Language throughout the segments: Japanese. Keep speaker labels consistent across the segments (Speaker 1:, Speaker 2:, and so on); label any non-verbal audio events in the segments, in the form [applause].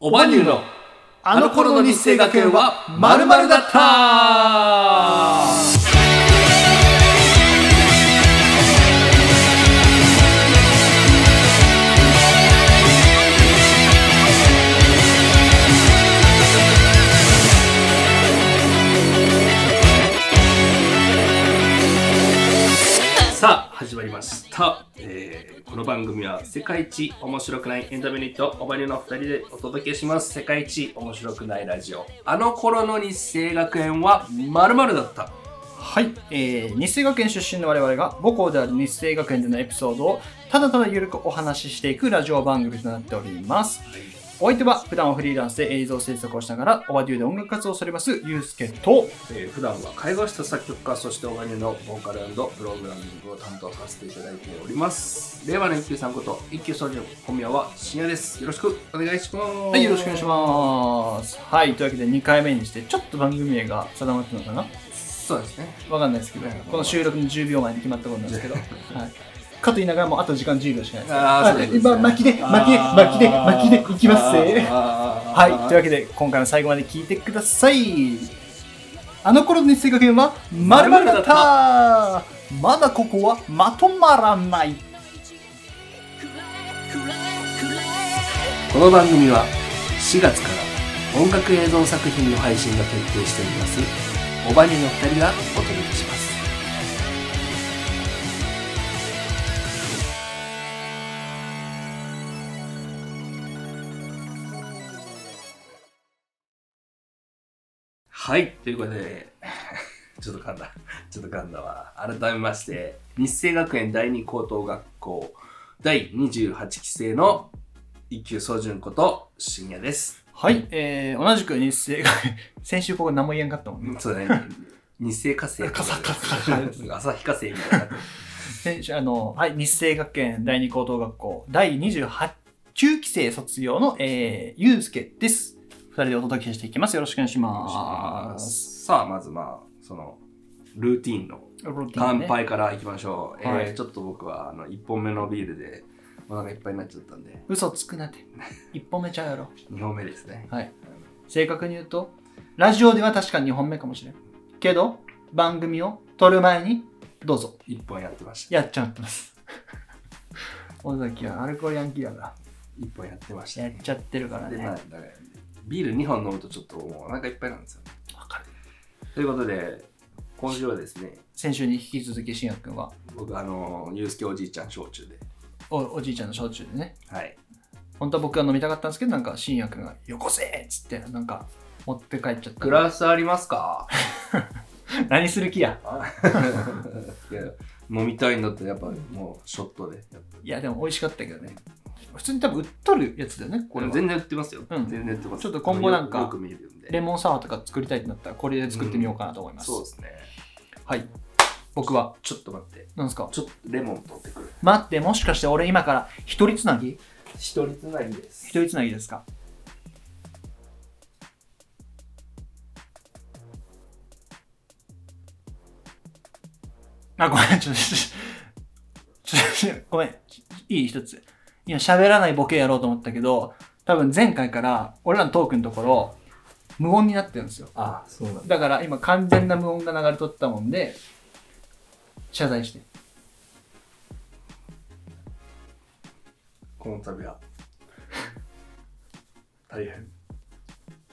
Speaker 1: おばにゅうのあの頃の日生学園はまるだったさあ始まりました、えーこの番組は世界一面白くないエンタメユニットおばにゅうの2人でお届けします世界一面白くないラジオあの頃の日生学園はまるだった
Speaker 2: はい、えー、日生学園出身の我々が母校である日生学園でのエピソードをただただゆるくお話ししていくラジオ番組となっております。お相手は普段はフリーランスで映像制作をしながらオバデューで音楽活動をされますゆうすけと
Speaker 1: えー普段は介護した作曲家そしてオガニのボーカルプログラミングを担当させていただいております令和の一休さんこと一休総長本名は深夜ですよろしくお願いします
Speaker 2: はいよろしくお願いします。はいというわけで2回目にしてちょっと番組名が定まってるのかな
Speaker 1: すそうですね
Speaker 2: わかんないですけどこの収録の10秒前に決まったことなんですけど、はい、かと言いながらもうあと時間10秒しかないです。
Speaker 1: あーそうですね
Speaker 2: 今巻きで巻きで
Speaker 1: あー
Speaker 2: 巻きで巻きでいきますぜ。
Speaker 1: あー
Speaker 2: はい、というわけで今回も最後まで聞いてくださいあの頃の正確はまるだったまだここはまとまらない
Speaker 1: この番組は4月から音楽映像作品の配信が決定しておりますオバニの2人がお届けしますはいということでちょっと噛んだちょっと噛んだわ改めまして日生学園第二高等学校第28期生の一級総順こと深夜です。
Speaker 2: はい、えー、同じく日生が先週ここ何も言えんかったもんね [laughs]
Speaker 1: そうだね。二世火星。
Speaker 2: 火星火
Speaker 1: 朝日火星みたいな。
Speaker 2: 先週あの、はい、日生学園第二高等学校第28九期生卒業の、えー、ゆうすけです二人でお届けしていきますよろしくお願いします
Speaker 1: さあ、まずまあ、その、ルーティンの
Speaker 2: ロティン
Speaker 1: 乾
Speaker 2: ね
Speaker 1: 杯からいきましょう。
Speaker 2: は
Speaker 1: えー
Speaker 2: い
Speaker 1: ちょっと僕は、あの、一本目のビールで、お腹いっぱいになっちゃったんで、
Speaker 2: 嘘つくなって一本目ちゃうやろ
Speaker 1: 二本目ですね。
Speaker 2: はい。正確に言うと、ラジオでは確かに2本目かもしれん。けど、番組を撮る前に、どうぞ、
Speaker 1: 一本やってました。
Speaker 2: やっちゃっ
Speaker 1: [laughs]
Speaker 2: てます。尾崎はアルコールヤンキーだか
Speaker 1: 一本やってました
Speaker 2: ら。やっ
Speaker 1: ね。
Speaker 2: ちゃってるから
Speaker 1: で、
Speaker 2: ね。
Speaker 1: まあ、
Speaker 2: わ
Speaker 1: だから、ビール二本飲むとちょっともうお腹いっぱいなんですよ。
Speaker 2: かる。
Speaker 1: ということで、今週はですね、
Speaker 2: 先週に引き続き、しんやくんは
Speaker 1: 僕、あの、ゆうすけおじいちゃん焼酎で、
Speaker 2: お、おじいちゃんの焼酎でね、
Speaker 1: はい。
Speaker 2: 本当は僕が飲みたかったんですけど、なんか、しんやくんが、よこせっつって、なんか、持って帰っちゃった。
Speaker 1: グラスありますか
Speaker 2: 何する気や。
Speaker 1: いや飲みたいんだったらやっぱもうショットでやっぱ
Speaker 2: いや、でも美味しかったけどね。普通に多分売っとるやつだよね、こ
Speaker 1: こ
Speaker 2: れ
Speaker 1: れ
Speaker 2: は。
Speaker 1: 全然売ってますよ、
Speaker 2: うん
Speaker 1: 全然売ってます
Speaker 2: ちょっと今後なんか
Speaker 1: よく見るんで
Speaker 2: レモンサワーとか作りたいってなったら、これで作ってみようかなと思います。
Speaker 1: そうですね
Speaker 2: はい。僕は、
Speaker 1: ちょっと待って
Speaker 2: なんですか
Speaker 1: ちょっとレモン取ってくる
Speaker 2: 待って、もしかして俺今から一人つなぎ
Speaker 1: 一人つないです
Speaker 2: 一人つなぎですかあ、ごめん、ちょっと、ちょっとちょっと、ごめん、いい一つ。今喋らないボケやろうと思ったけど、多分前回から俺らのトークのところ、無音になってるんですよ。
Speaker 1: あそうなんだ
Speaker 2: だから今完全な無音が流れとったもんで、謝罪して。
Speaker 1: この度は大変 [laughs]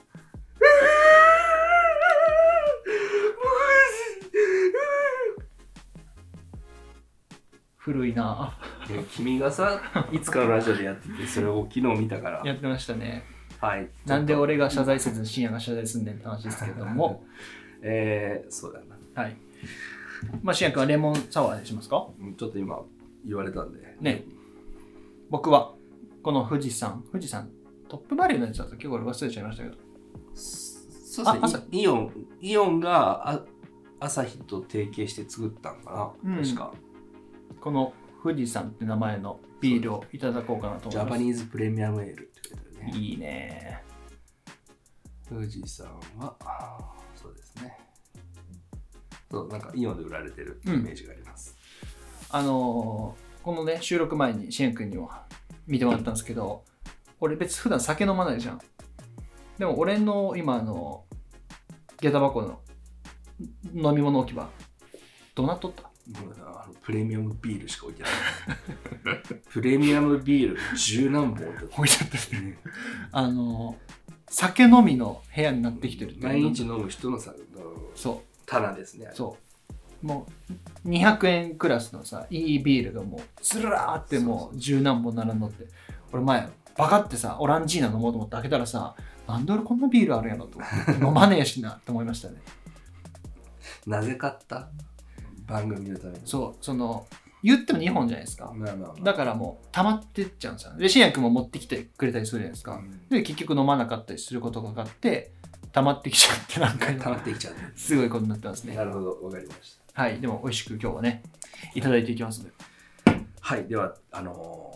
Speaker 2: 古いなぁ
Speaker 1: いや君がさいつかのラジオでやっててそれを昨日見たから
Speaker 2: やってましたね。
Speaker 1: はい
Speaker 2: なんで俺が謝罪せず、深夜が謝罪すんねんって話ですけども。
Speaker 1: えー、そうだな
Speaker 2: はい。まあ、深夜君はレモンサワーにしますか
Speaker 1: うんちょっと今言われたんで
Speaker 2: ね僕は、この富士山、富士山、トップバリューのやつだと結構俺忘れちゃいましたけど。
Speaker 1: そうですねイイオンイオンがあ朝日と提携して作ったんかな、
Speaker 2: うん
Speaker 1: 確か
Speaker 2: この富士山って名前のビールをいただこうかなと
Speaker 1: ジ
Speaker 2: 思
Speaker 1: ャ
Speaker 2: いま
Speaker 1: パ
Speaker 2: す。
Speaker 1: ニーズプレミアムエールって書いてあるね
Speaker 2: いいね
Speaker 1: 富士山はあーそうですねそうなんかイオンで売られてるイ
Speaker 2: うん
Speaker 1: メージがあります、
Speaker 2: あのーこのね、収録前に深夜君にも見てもらったんですけど、俺別に普段酒飲まないじゃんでも俺の今あの下駄箱の飲み物置き場どうなっとった
Speaker 1: もうなあのプレミアムビールしか置いてない。プレミアムビール十何本置いて
Speaker 2: 置いちゃって
Speaker 1: あ
Speaker 2: る
Speaker 1: るね
Speaker 2: あの酒飲みの部屋になってきてる
Speaker 1: 毎日飲む人のさ、あの
Speaker 2: そ
Speaker 1: 棚ですね。あ
Speaker 2: う
Speaker 1: れ
Speaker 2: そうもう200円クラスのさいいビールがもうずらーってもう十何本並んどって俺前バカってさオランジーナ飲もうと思って開けたらさなんで俺こんなビールあるんやろと思
Speaker 1: [laughs]
Speaker 2: って飲まねえしなって思いましたね
Speaker 1: なぜ買った番組のために。
Speaker 2: そうその言っても2本じゃないですか
Speaker 1: まあまあまあ。
Speaker 2: だからもう溜まってっちゃうんですよねで新薬も持ってきてくれたりするじゃないですか
Speaker 1: うん
Speaker 2: で結局飲まなかったりすることがあって溜まってきちゃってなんか
Speaker 1: 溜ま
Speaker 2: 今
Speaker 1: ってきちゃうね。
Speaker 2: すごいことになってます
Speaker 1: [laughs]
Speaker 2: ね
Speaker 1: なるほど、わかりました。
Speaker 2: はい、でも美味しく今日はね、いただいていきますので。
Speaker 1: はい、では、あの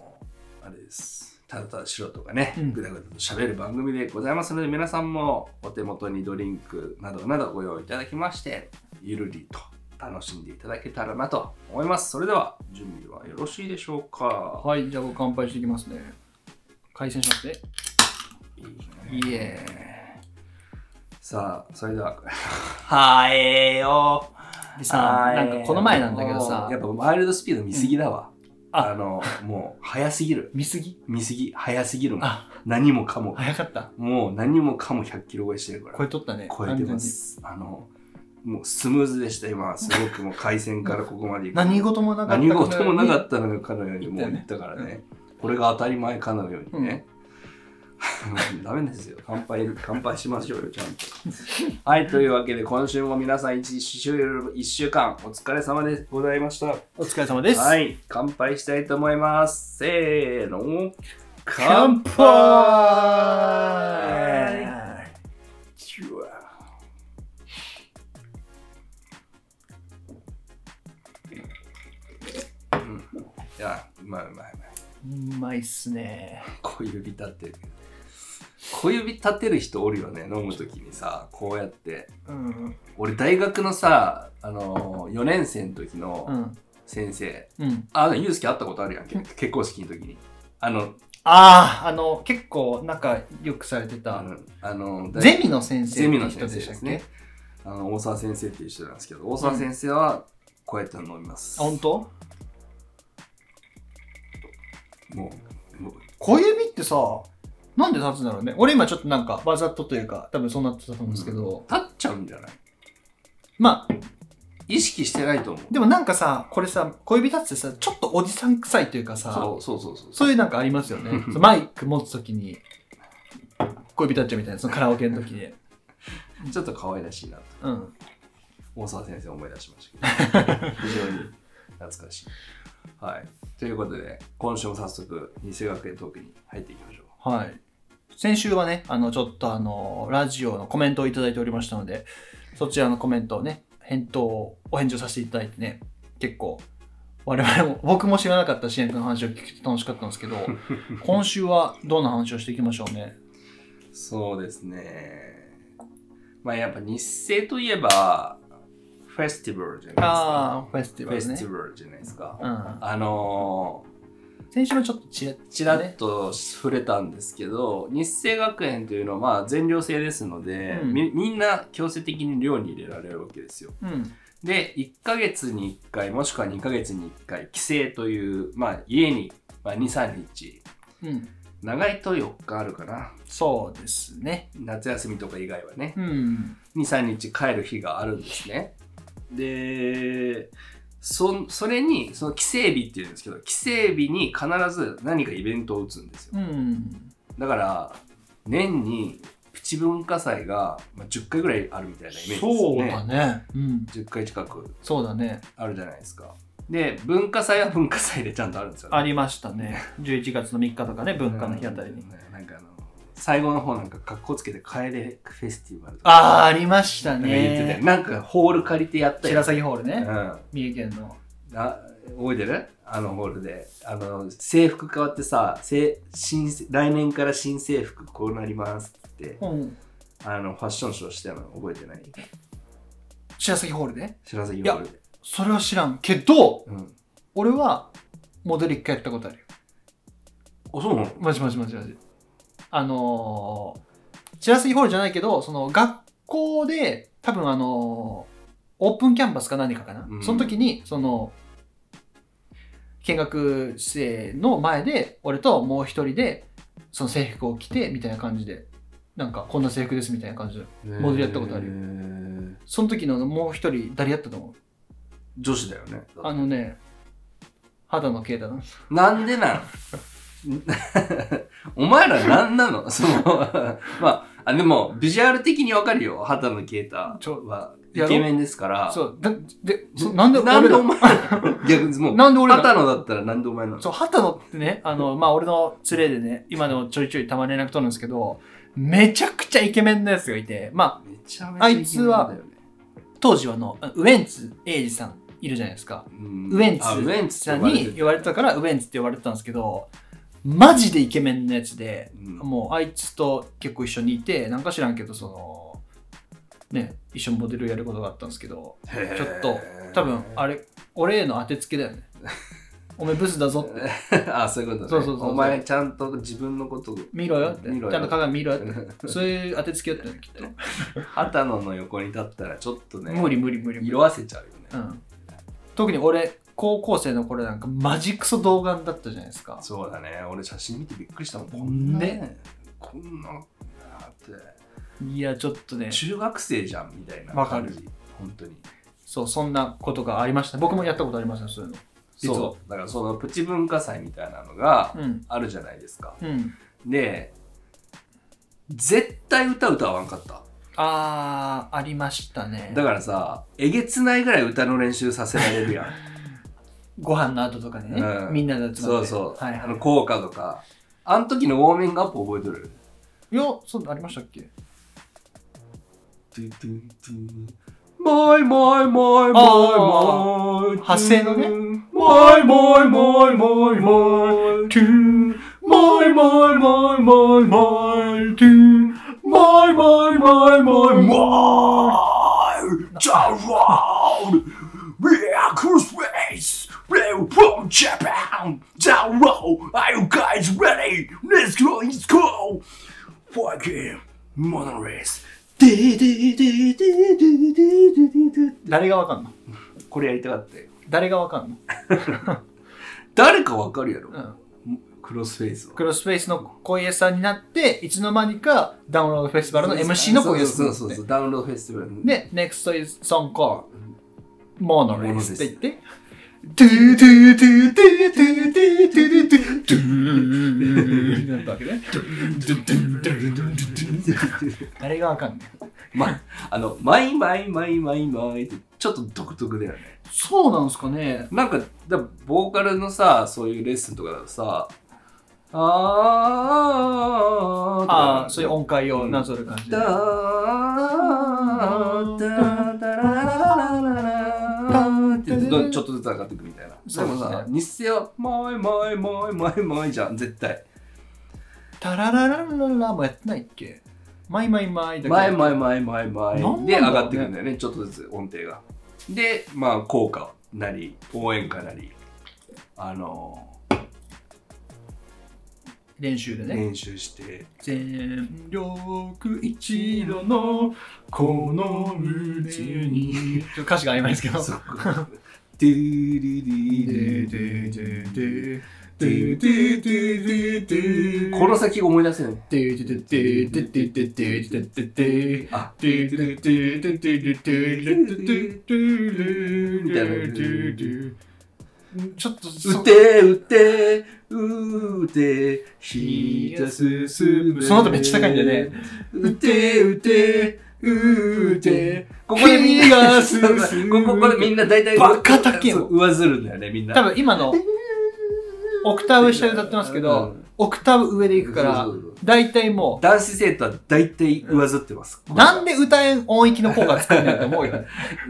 Speaker 1: ーあれです。ただただ素人がね
Speaker 2: うん、
Speaker 1: ぐだぐだと喋る番組でございますので、皆さんもお手元にドリンクなどなどご用意いただきまして、ゆるりと楽しんでいただけたらなと思います。それでは、準備はよろしいでしょうか。
Speaker 2: はい、じゃあ僕乾杯していきますね。開戦しますね。
Speaker 1: いいね
Speaker 2: イエ
Speaker 1: さあ、それでは、
Speaker 3: はえよ。
Speaker 2: ーイ。でさ、
Speaker 3: はい
Speaker 2: なんかこの前なんだけどさ
Speaker 1: や、っぱワイルドスピード見すぎだわ。
Speaker 2: あ
Speaker 1: あの、もう、早すぎる。
Speaker 2: 見すぎ
Speaker 1: 見すぎ、早すぎるもん
Speaker 2: あ、
Speaker 1: 何もかも。
Speaker 2: 早かった。
Speaker 1: もう何もかも100キロ超えしてるから。
Speaker 2: 超えとったね。
Speaker 1: 超えてます。あの、もうスムーズでした、今。すごくもう回線からここまで行く
Speaker 2: 完全に。何事もなかった。
Speaker 1: 何事もなか
Speaker 2: た。
Speaker 1: ったのかのようにもう言ったからね。これが当たり前かのようにね。ダメですよ。乾杯、乾杯しましょうよ、ちゃんと。はい、というわけで、今週も皆さん一週、一週間お疲れ様でございました。
Speaker 2: お疲れ様です。
Speaker 1: はい、乾杯したいと思います。せーの。
Speaker 2: 乾杯
Speaker 1: うわうんいや、うまいうまいうまいう
Speaker 2: まいっすね。
Speaker 1: 小指立ってる小指立てる人おるよね飲む時にさこうやって
Speaker 2: うん。
Speaker 1: 俺大学のさあの4年生の時
Speaker 2: う
Speaker 1: の
Speaker 2: ん。
Speaker 1: 先生、
Speaker 2: うん。
Speaker 1: あゆうすけ会ったことあるやんけ
Speaker 2: うん
Speaker 1: 結婚式の時にあの
Speaker 2: ああ、あの、結構仲良くされて
Speaker 1: あ
Speaker 2: た。
Speaker 1: のあの大
Speaker 2: ゼミの先生
Speaker 1: ゼミの先
Speaker 2: 人
Speaker 1: 生
Speaker 2: でし
Speaker 1: で
Speaker 2: たっ
Speaker 1: す
Speaker 2: け、
Speaker 1: ね。あの大沢先生っていう人なんですけど、大沢先生はこうやって飲みます。
Speaker 2: あ、本当？
Speaker 1: もう、もう
Speaker 2: 小指ってさなんで立つんだろうね俺今ちょっとなんかわざとというか多分そうなってたと思うんですけど、
Speaker 1: 立っちゃうんじゃない
Speaker 2: まあ
Speaker 1: 意識してないと思う。
Speaker 2: でもなんかさこれさ小指立つってさちょっとおじさん臭いというかさ
Speaker 1: そうそうそうそう。
Speaker 2: そういうなんかありますよねそうマイク持つ時に小指立っちゃうみたいなそのカラオケの時で
Speaker 1: ちょっと可愛らしいなと。
Speaker 2: うん
Speaker 1: 大沢先生思い出しましたけ
Speaker 2: [laughs]
Speaker 1: ど。非常に懐かしい。はい。ということで、今週も早速、偽学園トークに入っていきましょう。
Speaker 2: はい先週はねあのちょっとあのラジオのコメントをいただいておりましたのでそちらのコメントをね返答をお返事をさせていただいてね結構我々も僕も知らなかった支援の話を聞き楽しかったんですけ
Speaker 1: [laughs]
Speaker 2: ど今週はどんな話をしていきましょうね
Speaker 1: そうですね。まあやっぱ日生といえば、フェスティバルじゃないですか。
Speaker 2: ああフェスティ
Speaker 1: フ
Speaker 2: バ
Speaker 1: ェ
Speaker 2: ル
Speaker 1: ス
Speaker 2: ね
Speaker 1: ティバルじゃないですか。
Speaker 2: うん、
Speaker 1: あの
Speaker 2: 先週はちょっとちら
Speaker 1: ー、ちらっと触れたんですけど、日生学園というのはまあ全寮制ですので、
Speaker 2: うん
Speaker 1: みみんな強制的に寮に入れられるわけですよ。
Speaker 2: うん
Speaker 1: で1ヶ月に1回もしくは2ヶ月に1回帰省という、まあ、家に、まあ、23日
Speaker 2: うん
Speaker 1: 長いと4日あるかな
Speaker 2: そうですね
Speaker 1: 夏休みとか以外はね
Speaker 2: うん
Speaker 1: 23日帰る日があるんですね。でそそれにその帰省日っていうんですけど帰省日に必ず何かイベントを打つんですよ。
Speaker 2: うん
Speaker 1: だから年にプチ文化祭がまあ10回ぐらいあるみたいなイメージです
Speaker 2: そう
Speaker 1: ね。
Speaker 2: だねうん
Speaker 1: 10回近く
Speaker 2: そうだね
Speaker 1: あるじゃないですか。で文化祭は文化祭でちゃんとあるんですよ、
Speaker 2: ありましたね11月の3日とかね文化の日あたりに、
Speaker 1: うんなんかあの最後の方なんか格好つけて「帰れフェスティバル」と
Speaker 2: ああ
Speaker 1: か
Speaker 2: ありました
Speaker 1: なんか言ってた
Speaker 2: ね
Speaker 1: よなんかホール借りてやった
Speaker 2: 白
Speaker 1: よ、
Speaker 2: 鷺ホール
Speaker 1: う
Speaker 2: ね、
Speaker 1: ん、
Speaker 2: 三重県の
Speaker 1: あ覚えてるあのホールであの制服変わってさせ新来年から新制服こうなりますって
Speaker 2: 本
Speaker 1: あのファッションショーしてたの覚えてない
Speaker 2: 白鷺ホールで
Speaker 1: 白崎ホールで、
Speaker 2: それは知らんけど
Speaker 1: うん、
Speaker 2: 俺はモデル一回やったことあるよ
Speaker 1: あそうなの
Speaker 2: マジマジマジマジあのー、チラスぎホールじゃないけど、その学校で、多分あのーオープンキャンパスか何かかな。
Speaker 1: うん
Speaker 2: その時に、その、見学生の前で、俺ともう一人で、その制服を着て、みたいな感じで、なんか、こんな制服ですみたいな感じで。モデルやったことあるよ
Speaker 1: へー
Speaker 2: その時のもう一人、誰やったと思う
Speaker 1: 女子だよね。
Speaker 2: あのね、肌の啓太なんです。
Speaker 1: なんでなん [laughs] お前らなんなのその、 [laughs] まあ、あ、でも、ビジュアル的にわかるよ。畑野啓太
Speaker 2: ちょ
Speaker 1: は、イ
Speaker 2: やろ
Speaker 1: ケメンですから。
Speaker 2: そう、だで、そなんで
Speaker 1: なん
Speaker 2: 俺
Speaker 1: でお
Speaker 2: ら、
Speaker 1: 前逆にもう、
Speaker 2: なんで俺ら、
Speaker 1: 畑野だったらなんでお前なの
Speaker 2: そう、畑野ってね、あの、まあ、俺の連れでね、今でもちょいちょいたま連絡取るんですけど、めちゃくちゃイケメンなやつがいて、ま
Speaker 1: めちゃめちゃ
Speaker 2: あ
Speaker 1: イケメ
Speaker 2: い
Speaker 1: ン
Speaker 2: つは
Speaker 1: だよね、
Speaker 2: あ、当時はあの、ウエンツ英二さんいるじゃないですか。
Speaker 1: うん
Speaker 2: ウエンツ
Speaker 1: あウエンツ
Speaker 2: さんに言われてたから、ウエンツって呼ばれてたんですけど、マジでイケメンなやつで、
Speaker 1: も
Speaker 2: もうあいつと結構一緒にいて、なんか知らんけど、その、ね、一緒にモデルやることがあったんですけど、
Speaker 1: ちょ
Speaker 2: ちょっと多分あれ俺への当てつけだよねおめえブスだぞって
Speaker 1: [laughs] あそういうことね
Speaker 2: そうそうそうそう
Speaker 1: お前ちゃんと自分のことを
Speaker 2: 見ろよって
Speaker 1: 見ろよ
Speaker 2: ちゃんと鏡見ろよっ
Speaker 1: [laughs]
Speaker 2: てそういう当てつけだったよねきっと
Speaker 1: 畑野の横に立ったらちょっとね
Speaker 2: 無理無理無理無理
Speaker 1: 色あせちゃうよね、
Speaker 2: うん、特に俺高校生の頃なんかマジクソ童顔だったじゃないですか
Speaker 1: そうだね俺写真見てびっくりしたもんこんな
Speaker 2: ね
Speaker 1: こんなだって
Speaker 2: いやちょっとね
Speaker 1: 中学生じゃんみたいな
Speaker 2: わかる
Speaker 1: 感じ本当に
Speaker 2: そうそんなことがありました僕もやったことありましたそういうの実は
Speaker 1: そうだからそのプチ文化祭みたいなのが
Speaker 2: うん
Speaker 1: あるじゃないですか、
Speaker 2: うん
Speaker 1: で絶対歌歌わんかった
Speaker 2: あーありましたね
Speaker 1: だからさえげつないぐらい歌の練習させられる
Speaker 2: [laughs]
Speaker 1: やん
Speaker 2: ご飯の後とかにね、
Speaker 1: うん
Speaker 2: みんなで集
Speaker 1: そう
Speaker 2: まって
Speaker 1: そう、
Speaker 2: はいは
Speaker 1: あの効果とかあの時のウォーミングアップ覚えとる
Speaker 2: いいやそんなのありましたっけ
Speaker 1: トゥトゥトゥマイマイマイマイマイ
Speaker 2: 発声のね
Speaker 1: マイマイマイマイマイトゥマイマイマイマイマイトゥマイマイマイマイマイジャロード We are cruise race! We're from Japan! Down low! Are you guys ready? Let's go! Let's go! Fucking monorace! でーでーでーでーでーでーでーでーで
Speaker 2: 誰がわかんの
Speaker 1: ーこれやりたかったよ。
Speaker 2: 誰がわかんの
Speaker 1: 誰かわかるやろ
Speaker 2: うん
Speaker 1: クロスフェイスは。
Speaker 2: クロスフェイスの小家さんになって、いつの間にかダウンロードフェスティバルの MC の小家さん
Speaker 1: そうそう
Speaker 2: になって
Speaker 1: そう、ダウンロードフェスティバル。、
Speaker 2: で、NEXT is Song Call Mono r a c って言って、
Speaker 1: トゥートゥートゥートゥートゥートゥートゥートゥートゥ
Speaker 2: になったわけね。
Speaker 1: ー
Speaker 2: あれがわかんない。
Speaker 1: ま、あの、マイマイマイマイマイってちょっと独特だよね。
Speaker 2: そうなんすかね。
Speaker 1: なんか、だボーカルのさ、そういうレッスンとかだとさ、あー
Speaker 2: ああ、そういう音階をなぞる感じで。
Speaker 1: ってちょっとずつ上がっていくみたいな。でもさ、日生は、マイマイマイマイマイじゃん、絶対。
Speaker 2: タラララララもやってないっけマイマイマイだけ。
Speaker 1: マイマイ
Speaker 2: イ。
Speaker 1: マイマイマイで上がっていくんだよね、ちょっとずつ音程が。で、まあ、効果なり、応援歌なり、あの、
Speaker 2: 練習でね。
Speaker 1: 練習して。
Speaker 2: 全力一度のこの胸に。ちょっと歌詞が曖昧ですけど。
Speaker 1: そっか。ドゥルルルこの先思い出せない。あ、
Speaker 2: ちょっとそ
Speaker 1: 打て打て打てひたすすめ
Speaker 2: その後めっちゃ高いんだよね
Speaker 1: 打て打て打てここでみん
Speaker 2: 君
Speaker 1: な
Speaker 2: が
Speaker 1: こ
Speaker 2: 進む
Speaker 1: ここでみんな大体
Speaker 2: バカ高えよ
Speaker 1: そう上ずるんだよねみんな
Speaker 2: 多分今のオクターブ下で歌ってますけどオクターブ上でいくから
Speaker 1: そうそうそう
Speaker 2: 大体も
Speaker 1: 男子生徒は大体上ずってます、
Speaker 2: うなんで歌えん音域の方が作んないと思うよ、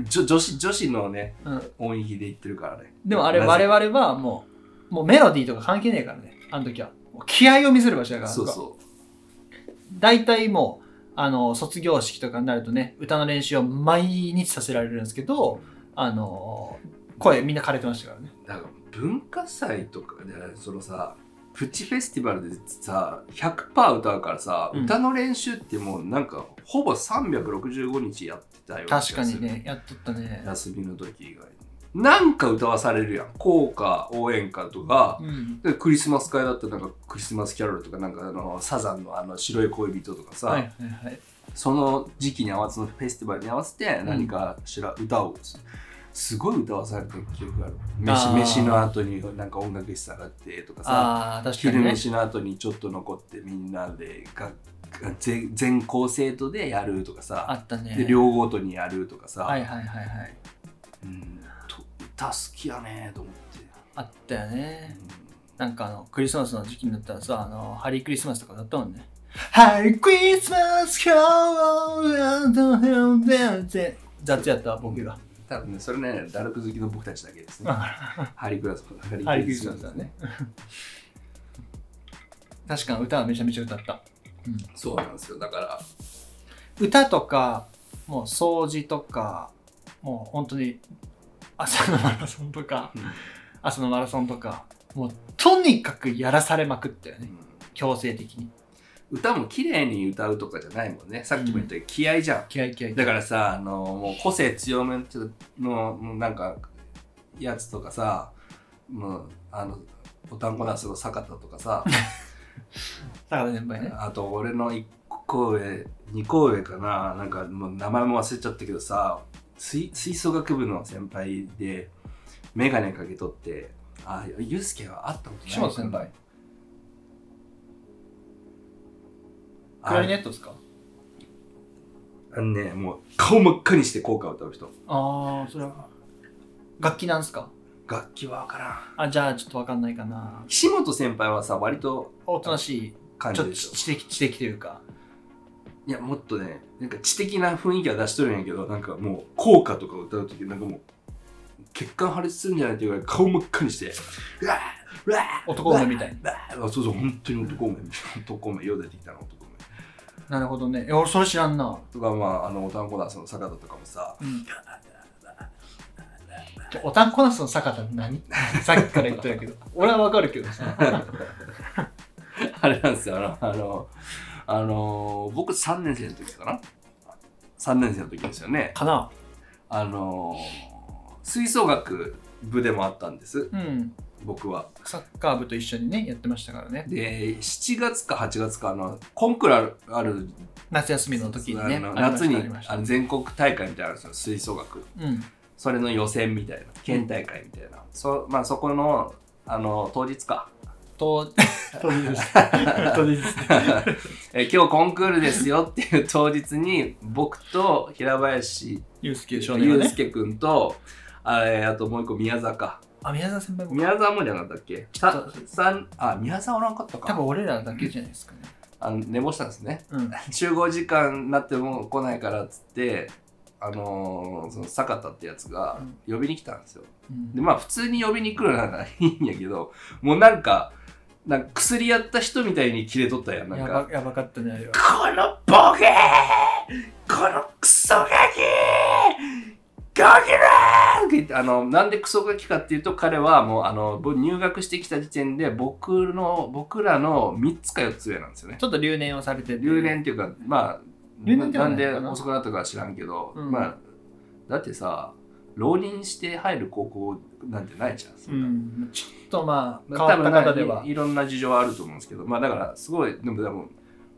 Speaker 1: じょ女子女子のね
Speaker 2: [laughs] うん、
Speaker 1: 音域で言ってるからね
Speaker 2: でもあれ
Speaker 1: なぜ
Speaker 2: 我々はもう、もうメロディーとか関係ねえからね、あの時は。もう気合を見せる場所だから。
Speaker 1: そうそう
Speaker 2: 大体もう、あの、卒業式とかになるとね、歌の練習を毎日させられるんですけど、あの、声みんな枯れてましたからね。
Speaker 1: だから文化祭とかでそのさプチフェスティバルでさ100%歌うからさ、
Speaker 2: うん
Speaker 1: 歌の練習ってもうなんかほぼ365日やってたような気
Speaker 2: 確
Speaker 1: が
Speaker 2: か
Speaker 1: する
Speaker 2: にね、やっとったね。
Speaker 1: 休みの時以外になんか歌わされるやん校歌応援歌とか、
Speaker 2: うん。
Speaker 1: でクリスマス会だったらなんかクリスマスキャロルとかなんかあのサザンのあの白い恋人とかさ、
Speaker 2: はいはいはい。
Speaker 1: その時期に合わせのフェスティバルに合わせて何かしら歌をす,、ごい歌わされた記憶がある
Speaker 2: あ
Speaker 1: 飯
Speaker 2: ー
Speaker 1: 飯の後になんか音楽室上がってとかさ
Speaker 2: ああ、確か
Speaker 1: 昼
Speaker 2: にね。
Speaker 1: 飯の後にちょっと残ってみんなでがが全全校生徒でやるとか
Speaker 2: あ
Speaker 1: さ、
Speaker 2: ったね。
Speaker 1: で両ごとにやるとかさ、
Speaker 2: はいはいはいはい。
Speaker 1: うんと歌好きやねと思って、
Speaker 2: あったよ
Speaker 1: う
Speaker 2: ね。
Speaker 1: ん
Speaker 2: なんかあの、クリスマスの時期になったらさ、あの、ハリークリスマスとかだったもんね。ハリークリスマス今日はどうだって雑やったわ、僕 [laughs] が。
Speaker 1: 多分ねそれねダルク好きの僕たちだけですねハリークラス
Speaker 2: ハ
Speaker 1: ハ
Speaker 2: リークリスマスだね。確かに歌はめちゃめちゃ歌った。
Speaker 1: そうなんですよだから
Speaker 2: 歌とか、もう掃除とか、もう本当に朝のマラソンとか、朝のマラソンとか、もうとにかくやらされまくったよ
Speaker 1: う
Speaker 2: ね。
Speaker 1: ん
Speaker 2: 強制的に。
Speaker 1: 歌も綺麗に歌うとかじゃないもんねさっきも言ったように気合じゃん、
Speaker 2: 気合い気合い。
Speaker 1: だからさあのもう個性強めのもうなんかやつとかさもうあのおたんこなすの坂田とかさ
Speaker 2: 坂田先輩ね。
Speaker 1: あと俺の1個上2個上かななんかもう名前も忘れちゃったけどさ吹吹奏楽部の先輩で眼鏡かけとってあユースケは会ったことない
Speaker 2: 岸本先輩。
Speaker 1: あ
Speaker 2: クラリネットですか
Speaker 1: あのねもう顔真っ赤にして効果を歌う人
Speaker 2: ああ、それは。楽器なんすか
Speaker 1: 楽器は分からん
Speaker 2: あ、じゃあちょっとわかんないかな。
Speaker 1: 岸本先輩はさ割と
Speaker 2: おとなしい、
Speaker 1: 感
Speaker 2: ちょ
Speaker 1: じ
Speaker 2: っ
Speaker 1: で
Speaker 2: と
Speaker 1: しょ
Speaker 2: 知的、知的というか。
Speaker 1: いやもっとねなんか知的な雰囲気は出しとるんやけどなんかもう効果とか歌う時なんかもう血管破裂するんじゃないっていうぐらい顔真っ赤にしてうわーうわー
Speaker 2: 男梅みたいな
Speaker 1: うわーうわーあそうそう本当に男梅男梅よ出てきたの男梅
Speaker 2: なるほどね。え、俺それ知らんな。
Speaker 1: とかまああのおたんこダンスの坂田とかもさ
Speaker 2: うん。おたんこなすの坂田っ
Speaker 1: [laughs]
Speaker 2: て何さっきから言ってるけど。俺はわかるけどさ。
Speaker 1: [laughs] あれなんですよあのあの、あの僕3年生の時かな3年生の時ですよね
Speaker 2: かな
Speaker 1: あの吹奏楽部でもあったんです
Speaker 2: うん。
Speaker 1: 僕は
Speaker 2: サッカー部と一緒にね、やってましたからね。
Speaker 1: で7月か8月かあのコンクールあるある
Speaker 2: 夏休みの時にね。
Speaker 1: あの
Speaker 2: ありました
Speaker 1: 夏に
Speaker 2: ありました
Speaker 1: あの全国大会みたいなのあるんですよ吹奏楽
Speaker 2: うん。
Speaker 1: それの予選みたいな県大会みたいな、そまあ、そこのあの当日か
Speaker 2: と、当日です。当日です。
Speaker 1: [laughs] え今日コンクールですよっていう当日に僕と平林
Speaker 2: ユースケ少年は
Speaker 1: 祐
Speaker 2: ね。
Speaker 1: 介君とあえーあともう一個宮坂
Speaker 2: あ、宮沢先輩も。
Speaker 1: 宮沢もじゃなかったっけさ三あ宮沢おらんかった
Speaker 2: 多
Speaker 1: か
Speaker 2: 分俺らだけじゃないですかね。
Speaker 1: あの寝坊したんですね
Speaker 2: うん。
Speaker 1: 集合時間になっても来ないからっつってあのーその坂田ってやつが呼びに来たんですよ、
Speaker 2: うん
Speaker 1: でまあ普通に呼びに来るならいいんやけどもうなんかなんか薬やった人みたいにキレとったやんなん
Speaker 2: や
Speaker 1: か
Speaker 2: ばやばかったねあれは
Speaker 1: 「このボケーこのクソガキガキだー!」って言ってあのなんでクソガキかっていうと彼はもうあの僕入学してきた時点で僕の僕らの3つか4つ上なんですよね
Speaker 2: ちょっと留年をされてて
Speaker 1: 留年っていうかまあ
Speaker 2: 留年で
Speaker 1: な
Speaker 2: は
Speaker 1: ん
Speaker 2: ない
Speaker 1: で
Speaker 2: かな
Speaker 1: 遅くなったかは知らんけど、
Speaker 2: うん
Speaker 1: まあだってさ浪人して入る高校なんてないじゃん、そ
Speaker 2: うん
Speaker 1: なん
Speaker 2: ちょっとまあ変
Speaker 1: 多
Speaker 2: わっ
Speaker 1: 分
Speaker 2: た
Speaker 1: なんか
Speaker 2: 方ではい
Speaker 1: いろんな事情はあると思うんですけどまあだからすごいでもでも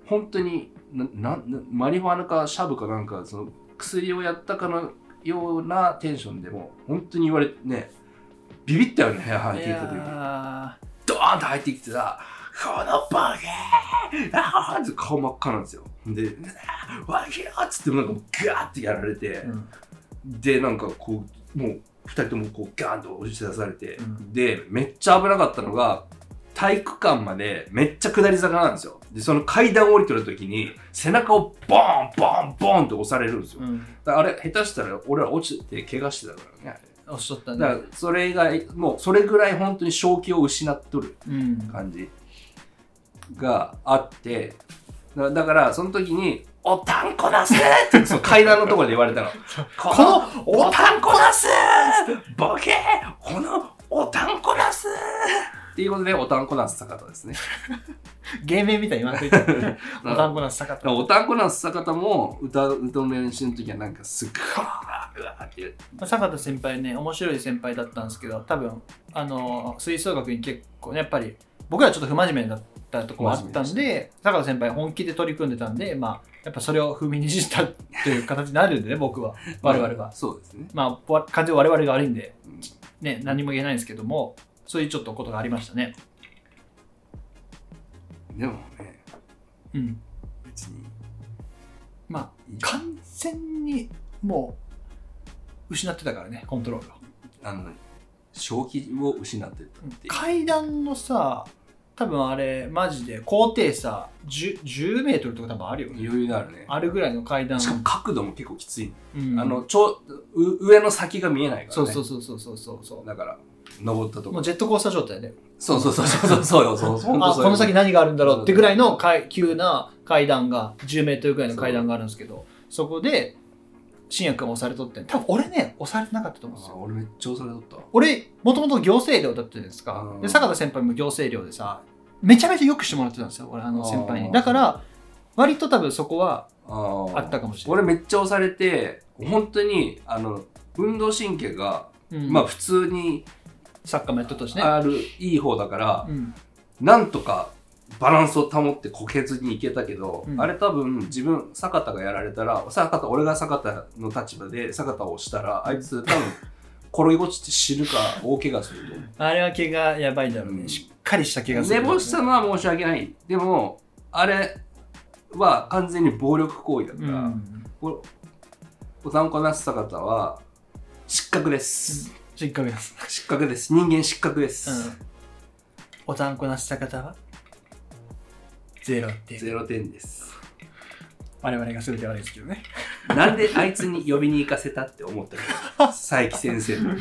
Speaker 1: 本当になななマリファナかシャブかなんかその薬をやったかのようなテンションでも本当に言われてねビビったよね部屋入って
Speaker 2: い
Speaker 1: き
Speaker 2: や
Speaker 1: た時に
Speaker 2: ー
Speaker 1: ドーンと入ってきてさ「このバケー!」あーって顔真っ赤なんですよで「わひろ!」っつってなんかもうガーってやられて、
Speaker 2: うん
Speaker 1: でなんかこうもう2人ともこうガーンと押し出されて、
Speaker 2: うん
Speaker 1: でめっちゃ危なかったのが体育館までめっちゃ下り坂なんですよでその階段降りてる時に背中をボーンボーンボーンって押されるんですよ、
Speaker 2: うん
Speaker 1: だからあれ下手したら俺ら落ちて怪我してたからね
Speaker 2: おっしゃった
Speaker 1: だか
Speaker 2: ね
Speaker 1: らそれ以外もうそれぐらい本当に正気を失っとる
Speaker 2: うん
Speaker 1: 感じがあってだだからその時に「おたんこだす!」ってその階段のところで言われた
Speaker 2: [laughs]
Speaker 1: の「このおたんこだすボケこのおたんこだすっていうことで、おたんこなんす坂田ですね。
Speaker 2: 芸名みたいに言わ [laughs] ないといけない。お団子なんす坂
Speaker 1: だから
Speaker 2: 田。
Speaker 1: おたんこなんす坂田も歌う歌の練習の時はなんかすっごいうわーっていう
Speaker 2: 坂田先輩ね、面白い先輩だったんですけど、多分、あの、吹奏楽に結構ね、やっぱり、僕らちょっと不真面目だったとこもあったん
Speaker 1: 不真
Speaker 2: で、坂田先輩本気で取り組んでたんで、まあ、やっぱそれを踏みにじったという形になるんでね、僕は、我々は。
Speaker 1: そうですね、
Speaker 2: まあ、わ完全に我々が悪いんで、
Speaker 1: うん
Speaker 2: ね、何も言えないんですけども、そういうちょっとことがありましたね。
Speaker 1: でもね
Speaker 2: うん。
Speaker 1: 別に
Speaker 2: まあ、完全にもう、失ってたからね、コントロールを。
Speaker 1: あの正気を失ってたっていう
Speaker 2: 階段のさ多分あれマジで高低差 10, 10メートルとか多分あるよね、
Speaker 1: 余裕のあるね
Speaker 2: あるぐらいの階段
Speaker 1: しかも角度も結構きつい、
Speaker 2: うん
Speaker 1: あのちょう上の先が見えないからね
Speaker 2: そうそうそうそうそうそうそう
Speaker 1: だから登ったと
Speaker 2: も
Speaker 1: こ
Speaker 2: うジェットコースター状態で
Speaker 1: そうそうそうそうそう
Speaker 2: [laughs]
Speaker 1: そうそうそう
Speaker 2: あこの先
Speaker 1: だ
Speaker 2: 何があるんだろうってぐらいの階急な階段が10メートルぐらいの階段があるんですけどそこで新薬が押されとって多分俺ね押されてなかったと思うんですよ
Speaker 1: 俺めっちゃ恐れとった
Speaker 2: 俺もともと行政寮だったじゃないですか、
Speaker 1: うん
Speaker 2: で坂田先輩も行政寮でさめちゃめちゃよくしてもらってたんですよ俺あの先輩
Speaker 1: あ
Speaker 2: に
Speaker 1: ー
Speaker 2: だから割と多分そこは
Speaker 1: あー
Speaker 2: あったかもしれな
Speaker 1: 俺
Speaker 2: い
Speaker 1: めっちゃ押されて本当にあの運動神経が、
Speaker 2: 俺、うん
Speaker 1: まあ普通に
Speaker 2: サッカーもやっとったしね
Speaker 1: あるいい方だから、
Speaker 2: うん、
Speaker 1: なんとかバランスを保ってこけずにいけたけど、
Speaker 2: うん
Speaker 1: あれ多分自分坂田がやられたら坂田俺が坂田の立場で坂田を押したらあいつ多
Speaker 2: [laughs]
Speaker 1: 分転げ落ちて死ぬか大怪我すると思う
Speaker 2: あれは怪がやばいだろうね、
Speaker 1: うん
Speaker 2: しっかりした怪我する
Speaker 1: 寝
Speaker 2: だろうね、
Speaker 1: 坊したのは申し訳ないでもあれは完全に暴力行為だから、
Speaker 2: うん
Speaker 1: おおたんこなす坂田は失格です、
Speaker 2: 失格です、
Speaker 1: 失格です人間失格です、
Speaker 2: うん、おたんこなした方はゼロっていう
Speaker 1: ゼロ点です
Speaker 2: 我々が全て悪いですけどね
Speaker 1: なんであいつに呼びに行かせたって思ったけ
Speaker 2: [laughs]
Speaker 1: ど、佐伯先生の。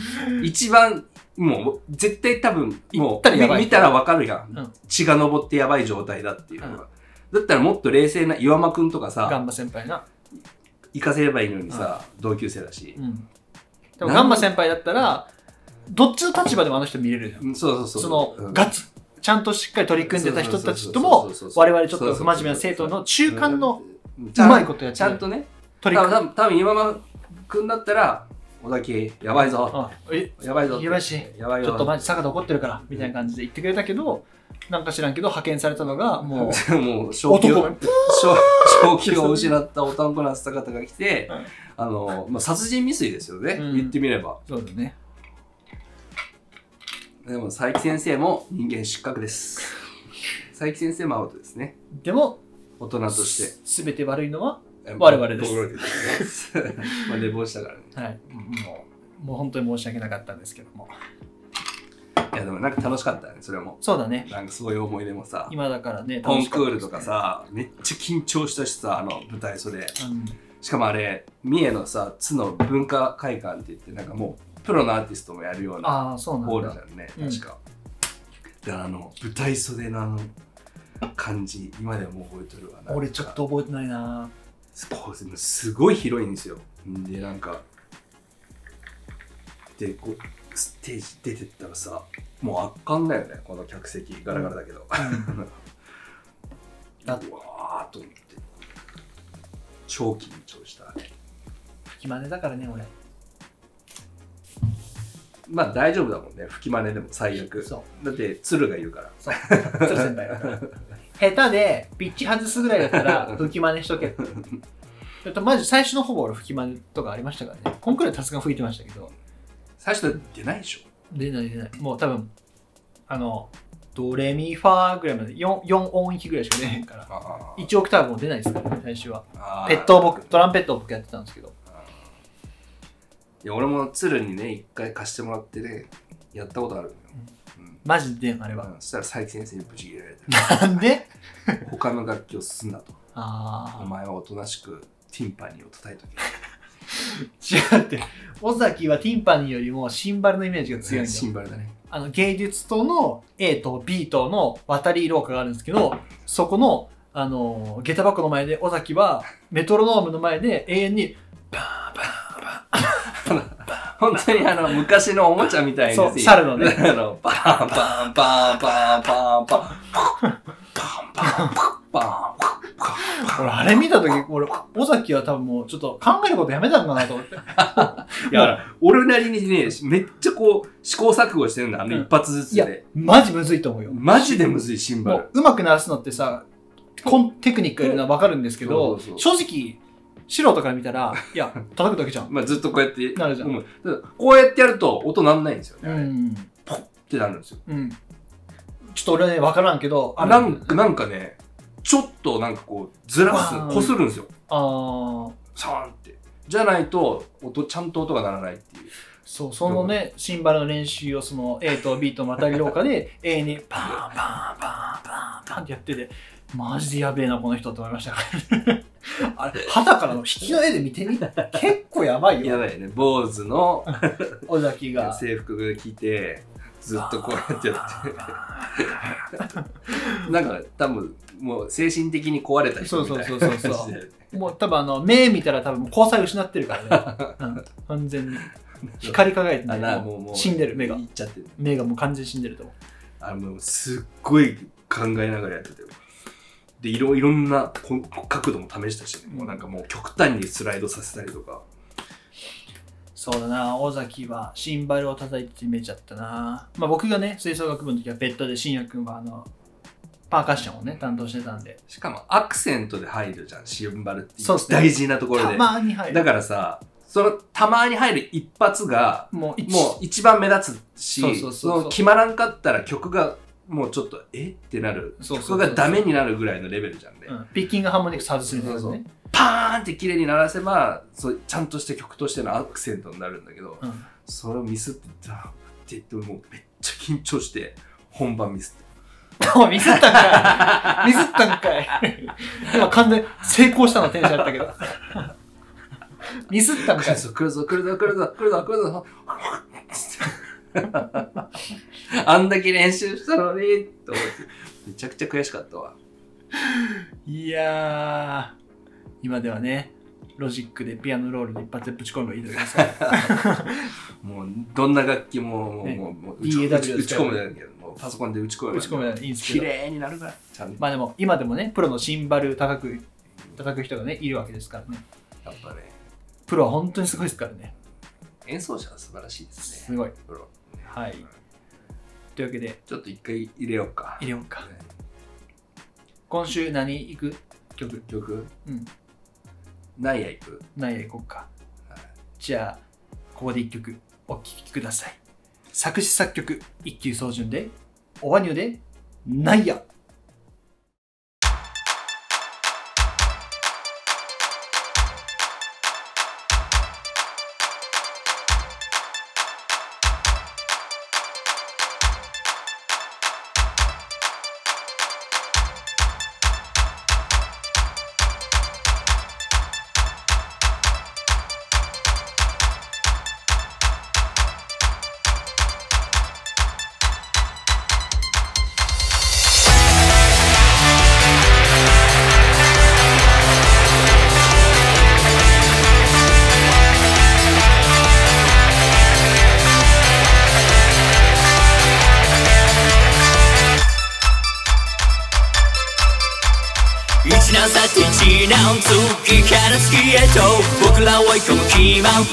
Speaker 1: 一番、もう、絶対多分、
Speaker 2: 行
Speaker 1: も
Speaker 2: った
Speaker 1: う、
Speaker 2: らやばい
Speaker 1: み見たらわかるやん,、
Speaker 2: うん
Speaker 1: 血が昇ってやばい状態だっていうのが。だったらもっと冷静な岩間くんとか
Speaker 2: ガ
Speaker 1: さ、
Speaker 2: ンバ先輩な、
Speaker 1: 行かせればいいのにさ、同級生だし
Speaker 2: う。ん、でもガンバ先輩だったらどっちの立場でもあの人見れるよ
Speaker 1: うんそうそうそう。
Speaker 2: その、
Speaker 1: うん
Speaker 2: ガチちゃんとしっかり取り組んでた人たちと
Speaker 1: そ
Speaker 2: も
Speaker 1: うそうそうそう
Speaker 2: 我々ちょっと不真面目な生徒の中間の
Speaker 1: うん
Speaker 2: うまいことやって
Speaker 1: ちゃんとね、
Speaker 2: 取り
Speaker 1: 多
Speaker 2: 組み
Speaker 1: 分多分岩間くんだったら、小崎、やばいぞ。
Speaker 2: あえ
Speaker 1: やばいぞって。
Speaker 2: やばいし
Speaker 1: やばい
Speaker 2: ち
Speaker 1: よ
Speaker 2: ょっとマジ坂田怒ってるからみたいな感じで言ってくれたけどなんか知らんけど派遣されたのがも
Speaker 1: [laughs]
Speaker 2: う
Speaker 1: もう正気
Speaker 2: 男
Speaker 1: を
Speaker 2: が
Speaker 1: 正正
Speaker 2: [laughs]
Speaker 1: 気を失ったおたんこなす方が来て、
Speaker 2: う
Speaker 1: あ
Speaker 2: ん
Speaker 1: のまあ、殺人未遂ですよね、
Speaker 2: うん
Speaker 1: 言ってみれば
Speaker 2: そうだね
Speaker 1: でも佐伯先生も人間失格です佐伯先生もアウトですね
Speaker 2: でも
Speaker 1: 大人として
Speaker 2: す全て悪いのは [laughs]
Speaker 1: 我
Speaker 2: 我々です
Speaker 1: す [laughs] まあ寝坊したからね
Speaker 2: はいもうもう本当に申し訳なかったんですけども
Speaker 1: いやでもなんか楽しかったねそれも
Speaker 2: そうだね
Speaker 1: なんかそういう思い出もさ
Speaker 2: 今だからね
Speaker 1: コ
Speaker 2: 楽
Speaker 1: ン
Speaker 2: し
Speaker 1: ク
Speaker 2: か
Speaker 1: ー
Speaker 2: ったで
Speaker 1: ル
Speaker 2: す
Speaker 1: と
Speaker 2: ね
Speaker 1: かさめっちゃ緊張したしさあの舞台袖
Speaker 2: うん
Speaker 1: しかもあれ三重のさ津の文化会館って言ってなんかもうプロのアーティストもやるような
Speaker 2: ああそう
Speaker 1: ホー
Speaker 2: な
Speaker 1: ル
Speaker 2: ん
Speaker 1: だ
Speaker 2: だ
Speaker 1: よね、
Speaker 2: うん
Speaker 1: 確か。で、あの、舞台袖のあの、感じ、今でも覚えとるわな。
Speaker 2: 俺ちょっ。と覚えてないな
Speaker 1: すこうすごい広いんですよ。で、なんか、で、こう、ステージ出てったらさ、もう圧巻だよね、この客席、ガラガラだけど。 [laughs]
Speaker 2: だ
Speaker 1: うわーっと思って。超緊張した。
Speaker 2: 吹き真似だからね俺
Speaker 1: まあ大丈夫だもんね、吹き真似でも最悪。
Speaker 2: そう
Speaker 1: だって、鶴がいるから。
Speaker 2: そう鶴先輩だ
Speaker 1: [laughs]
Speaker 2: から下手でピッチ外すぐらいだったら吹き真似しとけってだってマジ最初のほぼ俺吹き真似とかありましたからねコンクールでさすがに吹いてましたけど
Speaker 1: 最初出ないでしょ。
Speaker 2: 出ない出ないもう多分あのドレミファーぐらいまで 4, 四音域ぐらいしか出へんから
Speaker 1: あ
Speaker 2: 1オクターブも出ないですからね最初は
Speaker 1: あ
Speaker 2: ペットを僕トランペットを僕やってたんですけど
Speaker 1: いや俺も鶴にね一回貸してもらってねやったことあるのよ、うん
Speaker 2: マジであれは
Speaker 1: うんそしたら佐伯先生にブチ切れられ
Speaker 2: なんで
Speaker 1: た他の楽器をすんなとお
Speaker 2: ああ
Speaker 1: 前はおとなしくティンパニーを叩いと
Speaker 2: 違うって尾崎はティンパニーよりもシンバルのイメージが
Speaker 1: け
Speaker 2: 強いんだよ
Speaker 1: シンバルだね
Speaker 2: あの芸術棟の A と B 棟の渡り廊下があるんですけど、そこの、あのー、下駄箱の前で、尾崎はメトロノームの前で永遠に、バーンバーンバーン、バーンバーンバーン
Speaker 1: 本当にあの、昔のおもちゃみたいに
Speaker 2: そう
Speaker 1: ぜひ
Speaker 2: 猿のね
Speaker 1: あの、バーンバーンバーンバーンバーンバーン、バーンバーンバーンバーンバーン
Speaker 2: 俺、あれ見たとき、俺、尾崎は多分もうちょっと考えることやめたんかなと思って。
Speaker 1: いや、俺なりにね、めっちゃこう、試行錯誤してるんだ、あの
Speaker 2: うん
Speaker 1: 一発ずつ
Speaker 2: いや
Speaker 1: で。、
Speaker 2: マジむずいと思うよ。
Speaker 1: マジでむずい、シンバ
Speaker 2: も
Speaker 1: ル。
Speaker 2: う、うまく鳴らすのってさ、コンテクニックやるのはわかるんですけど、
Speaker 1: そうそう
Speaker 2: 正直、素人から見たら、
Speaker 1: [laughs]
Speaker 2: いや、叩くだけじゃん。
Speaker 1: まあずっとこうやって。
Speaker 2: なるじゃん
Speaker 1: うんただこうやってやると音なんないんですよね。
Speaker 2: う
Speaker 1: あれっ
Speaker 2: ん。
Speaker 1: てなるんですよ。
Speaker 2: うん。ちょっと俺はね、わからんけど、
Speaker 1: あ、なんか、なんかね、ちょっとなんかこう、ずらす、
Speaker 2: わー
Speaker 1: こするんですよ。
Speaker 2: あー
Speaker 1: シャーンって。じゃないと、音、ちゃんと音が鳴らないっていう。
Speaker 2: そう、そのね、シンバルの練習をその A と B とまたぎ廊下で
Speaker 1: [laughs]
Speaker 2: A にパーンパーンパーンパーンパーンってやってて、マジでやべえな、この人と思いました。 [laughs] あれ、旗からの引きの絵で
Speaker 1: [laughs]
Speaker 2: 見てみ結構やばい
Speaker 1: や
Speaker 2: よ。
Speaker 1: ばいよね。坊主の
Speaker 2: 尾崎が。
Speaker 1: 制服が着て、ずっとこうやってや
Speaker 2: [laughs]
Speaker 1: って。なんか、多分、もう精神的に壊れた人みたいな
Speaker 2: そうそうそうそうそう
Speaker 1: 感じで
Speaker 2: もう多分あの、目見たら多分交際失ってるから
Speaker 1: [laughs]
Speaker 2: ね。うん、完全に。光り輝いて
Speaker 1: あ
Speaker 2: な。
Speaker 1: ないもうもう
Speaker 2: 死んでる、目が
Speaker 1: い。っちゃってる
Speaker 2: 目がもう完全に死んでると思う。
Speaker 1: あのもうすっごい考えながらやっててでいろいろんなこ角度も試したしね、もうなんかもう極端にスライドさせたりとか
Speaker 2: そうだな、尾崎はシンバルを叩いて決めちゃったな。まあ僕がね、吹奏楽部の時は別途で信也君はあの、パーカッションをね、担当してたんで。
Speaker 1: しかもアクセントで入るじゃんシンバルっていう
Speaker 2: そうっすね
Speaker 1: 大事なところ
Speaker 2: た
Speaker 1: で、
Speaker 2: まに入る。
Speaker 1: だからさそのたまに入る一発が
Speaker 2: もう一、
Speaker 1: もう一番目立つし
Speaker 2: そうそうそうそう
Speaker 1: その決まらんかったら曲がもうちょっとえってなる
Speaker 2: そうそうそうそう
Speaker 1: 曲がダメになるぐらいのレベルじゃんね、
Speaker 2: うんピッキングハーモニック外すみたいな
Speaker 1: そうそ
Speaker 2: ね。
Speaker 1: パーンって綺麗に鳴らせばそうちゃんとした曲としてのアクセントになるんだけど、
Speaker 2: うん
Speaker 1: それをミスってダーって言ってもうめっちゃ緊張して本番ミスって
Speaker 2: おい [laughs] ミスったんかい。ミスったんかい。今完全に成功したのテンションだったけど。ミスったん
Speaker 1: 来
Speaker 2: か
Speaker 1: る
Speaker 2: い。
Speaker 1: ぞ来るぞ来るぞ来るぞ来るぞ来るぞ [laughs] あんだけ練習したのにと思ってめちゃくちゃ悔しかったわ
Speaker 2: いやー、今ではね、ロジックでピアノロールに一発でぶち込めばいいと思い [laughs] ますから。
Speaker 1: もうどんな楽器ももう,、
Speaker 2: ね
Speaker 1: もうもう
Speaker 2: DAW
Speaker 1: 打ち打ち込むだけどもうパソコンで打ち込む
Speaker 2: ぶち込めばいいんですけ
Speaker 1: 綺
Speaker 2: ど。
Speaker 1: 麗になるからちゃんと
Speaker 2: まあでも、今でもね、プロのシンバル叩く、叩く人がね、いるわけですからね。
Speaker 1: やっぱね
Speaker 2: プロは本当にすごいですからね。
Speaker 1: 演奏者は素晴らしいです
Speaker 2: す
Speaker 1: ね
Speaker 2: ごい。
Speaker 1: プロ
Speaker 2: はい。というわけで、
Speaker 1: ちょっと一回入れようか
Speaker 2: 入れようか。今週何行く曲
Speaker 1: 曲
Speaker 2: うん。
Speaker 1: 何やいく
Speaker 2: 何や行こうか
Speaker 1: はい。
Speaker 2: じゃあ、ここで一曲お聴きください。作詞作曲、一級総順で、オバニューで、なんや
Speaker 4: 一難去って一難月から月へと僕らを追い込むキーマンを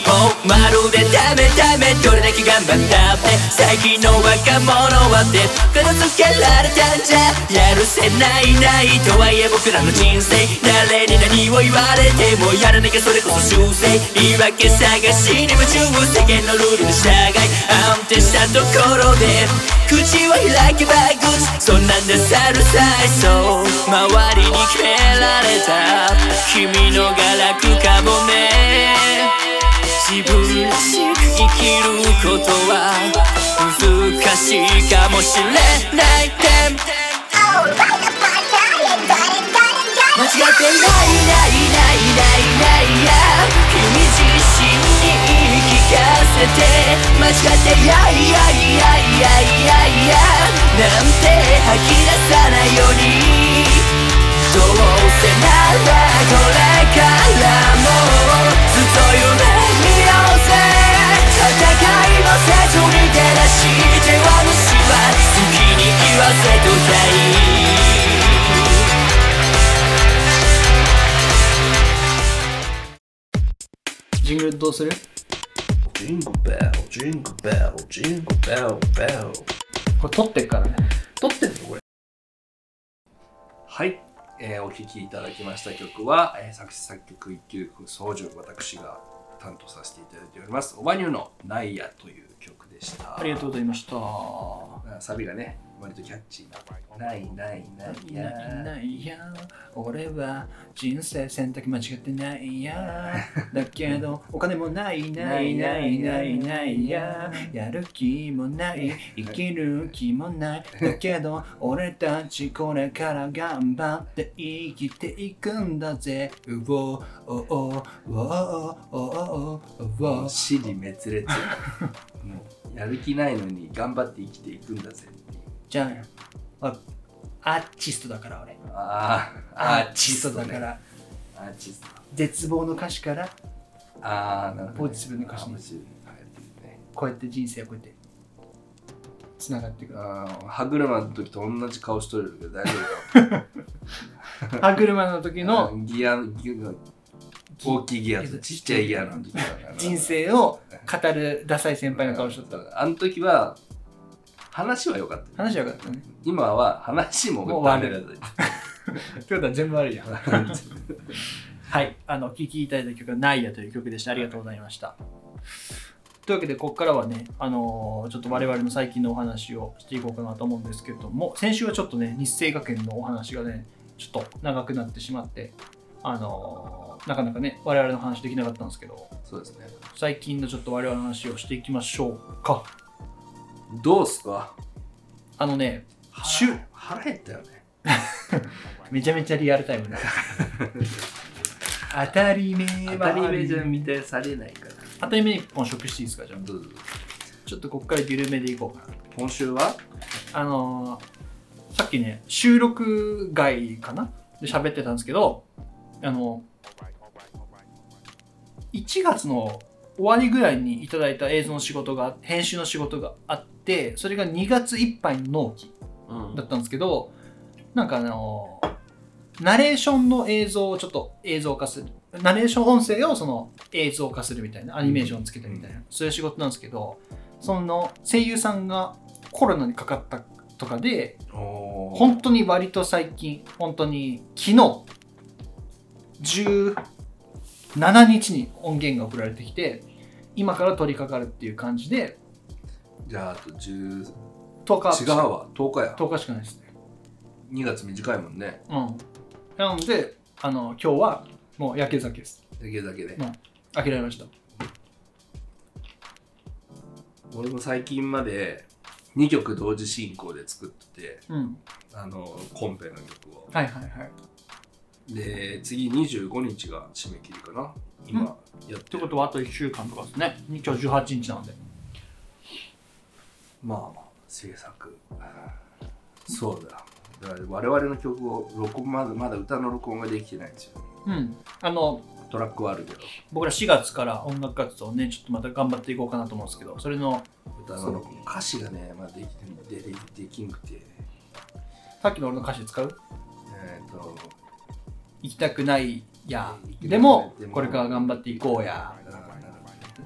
Speaker 4: まるでダメダメどれだけ頑張ったって最近の若者はって片付けられたんじゃやるせないないとはいえ僕らの人生誰に何を言われてもやらなきゃそれこそ修正言い訳探しに夢中世間のルールに従い安定したところで口を開けばグッそんなんで去る際そう周りに決められた君のが楽かもね自分らしく生きることは難しいかもしれないで間違ってないないないないないや君自身に言い聞かせて間違っていやいやいやいやいやいやなんて吐き出さないようにどうせならこれからもずっと夢見ようぜ
Speaker 2: ジングルどうする
Speaker 1: ジングベル、ジングベル、ジングベル、ベル。
Speaker 2: これ撮ってるからね。
Speaker 1: 撮ってんのこれ。はい。えーお聴きいただきました曲は、えー作詞作曲一曲総順私が担当させていただいておりますオバニューの「ナイア」という曲でした
Speaker 2: ありがとうございました。
Speaker 1: あサビがね割とキャッチーな「ないないない
Speaker 2: い
Speaker 1: や
Speaker 2: やいないや俺は人生選択間違ってない [laughs] やだけどお金もないないないないないややる気もない生きる気も [laughs] ないだけど俺たちこれから頑張って生きていくんだぜうおうおうおうおうおうおうおう
Speaker 1: 死に滅裂
Speaker 2: [laughs]
Speaker 1: もうやる気ないのに頑張って生きていくんだぜっていう
Speaker 2: じゃああアーティストだから俺
Speaker 1: ああ
Speaker 2: アーティストだか
Speaker 1: ね
Speaker 2: ら
Speaker 1: アーティスト
Speaker 2: 絶望の歌詞から
Speaker 1: ああなるほどね
Speaker 2: ポジティブな歌詞
Speaker 1: あポジティブな歌詞ね
Speaker 2: こうやって人生はこうやってつながっていく
Speaker 1: あー歯車の時と同じ顔しとるけど大丈夫か
Speaker 2: 歯車の時の
Speaker 1: ギアギア大きいギアとちっちゃいギアの時
Speaker 2: 人生を語るダサい先輩の顔しとった
Speaker 1: あの時は話は良かった
Speaker 2: 話はよかったね
Speaker 1: 今は話もダメだった
Speaker 2: ってことは全部悪いやんはいあのお聴きいただいた曲は「ナイア」という曲でしたありがとうございましたというわけでここからはね、あのーちょっと我々の最近のお話をしていこうかなと思うんですけれども先週はちょっとね日清学園のお話がねちょっと長くなってしまってあのーなかなかね我々の話できなかったんですけど
Speaker 1: そうですね
Speaker 2: 最近のちょっと我々の話をしていきましょうか
Speaker 1: どうすか
Speaker 2: あのねシ
Speaker 1: 腹
Speaker 2: ュ
Speaker 1: 腹減ったよね
Speaker 2: めちゃめちゃリアルタイ [laughs] ムだ当たり目
Speaker 1: 当
Speaker 2: は
Speaker 1: たり目じゃ満たされないから
Speaker 2: 当たり目一本食していいですかじゃあ
Speaker 1: どうぞどうぞ
Speaker 2: ちょっとこっから緩めでいこうかな
Speaker 1: 今週は
Speaker 2: あのーさっきね収録外かなで喋ってたんですけどあの1月の終わりぐらいにいただいた映像の仕事が編集の仕事があってそれが2月いっぱいの納期
Speaker 1: うん
Speaker 2: だったんですけどなんかあのナレーションの映像をちょっと映像化するナレーション音声をその映像化するみたいなアニメーションつけてみたいな、そういう仕事なんですけどその声優さんがコロナにかかったとかで
Speaker 1: おー
Speaker 2: 本当に割と最近本当に昨日17日に音源が送られてきて今から取り掛かるっていう感じで
Speaker 1: じゃああと10違う
Speaker 2: 10日
Speaker 1: わ10日や
Speaker 2: 10日しかないですね
Speaker 1: 2月短いもんね
Speaker 2: うん。なので、あの、今日はもう焼け酒です。
Speaker 1: できるだけで
Speaker 2: 諦めました。
Speaker 1: 俺も最近まで2曲同時進行で作ってて
Speaker 2: うん。
Speaker 1: あのコンペの曲を
Speaker 2: はいはいはい。
Speaker 1: で次25日が締め切りかな今やっ
Speaker 2: と
Speaker 1: て
Speaker 2: いう
Speaker 1: る
Speaker 2: ことはあと1週間とかですね。今日18日なので。
Speaker 1: まあまあ制作そうだだから我々の曲を録音まだまだ歌の録音ができてないんですよ
Speaker 2: うん。あの、
Speaker 1: トラックはあるけど
Speaker 2: 僕ら4月から音楽活動をね、ちょっとまた頑張っていこうかなと思うんですけど、それの、
Speaker 1: 歌の録音歌詞がねまだできてででできんくて
Speaker 2: さっきの俺の歌詞使う
Speaker 1: えっ、と
Speaker 2: 行きたくないや。
Speaker 1: 行きたくない
Speaker 2: でも
Speaker 1: で、も
Speaker 2: これから頑張っていこうや
Speaker 1: あ。ーなるほどね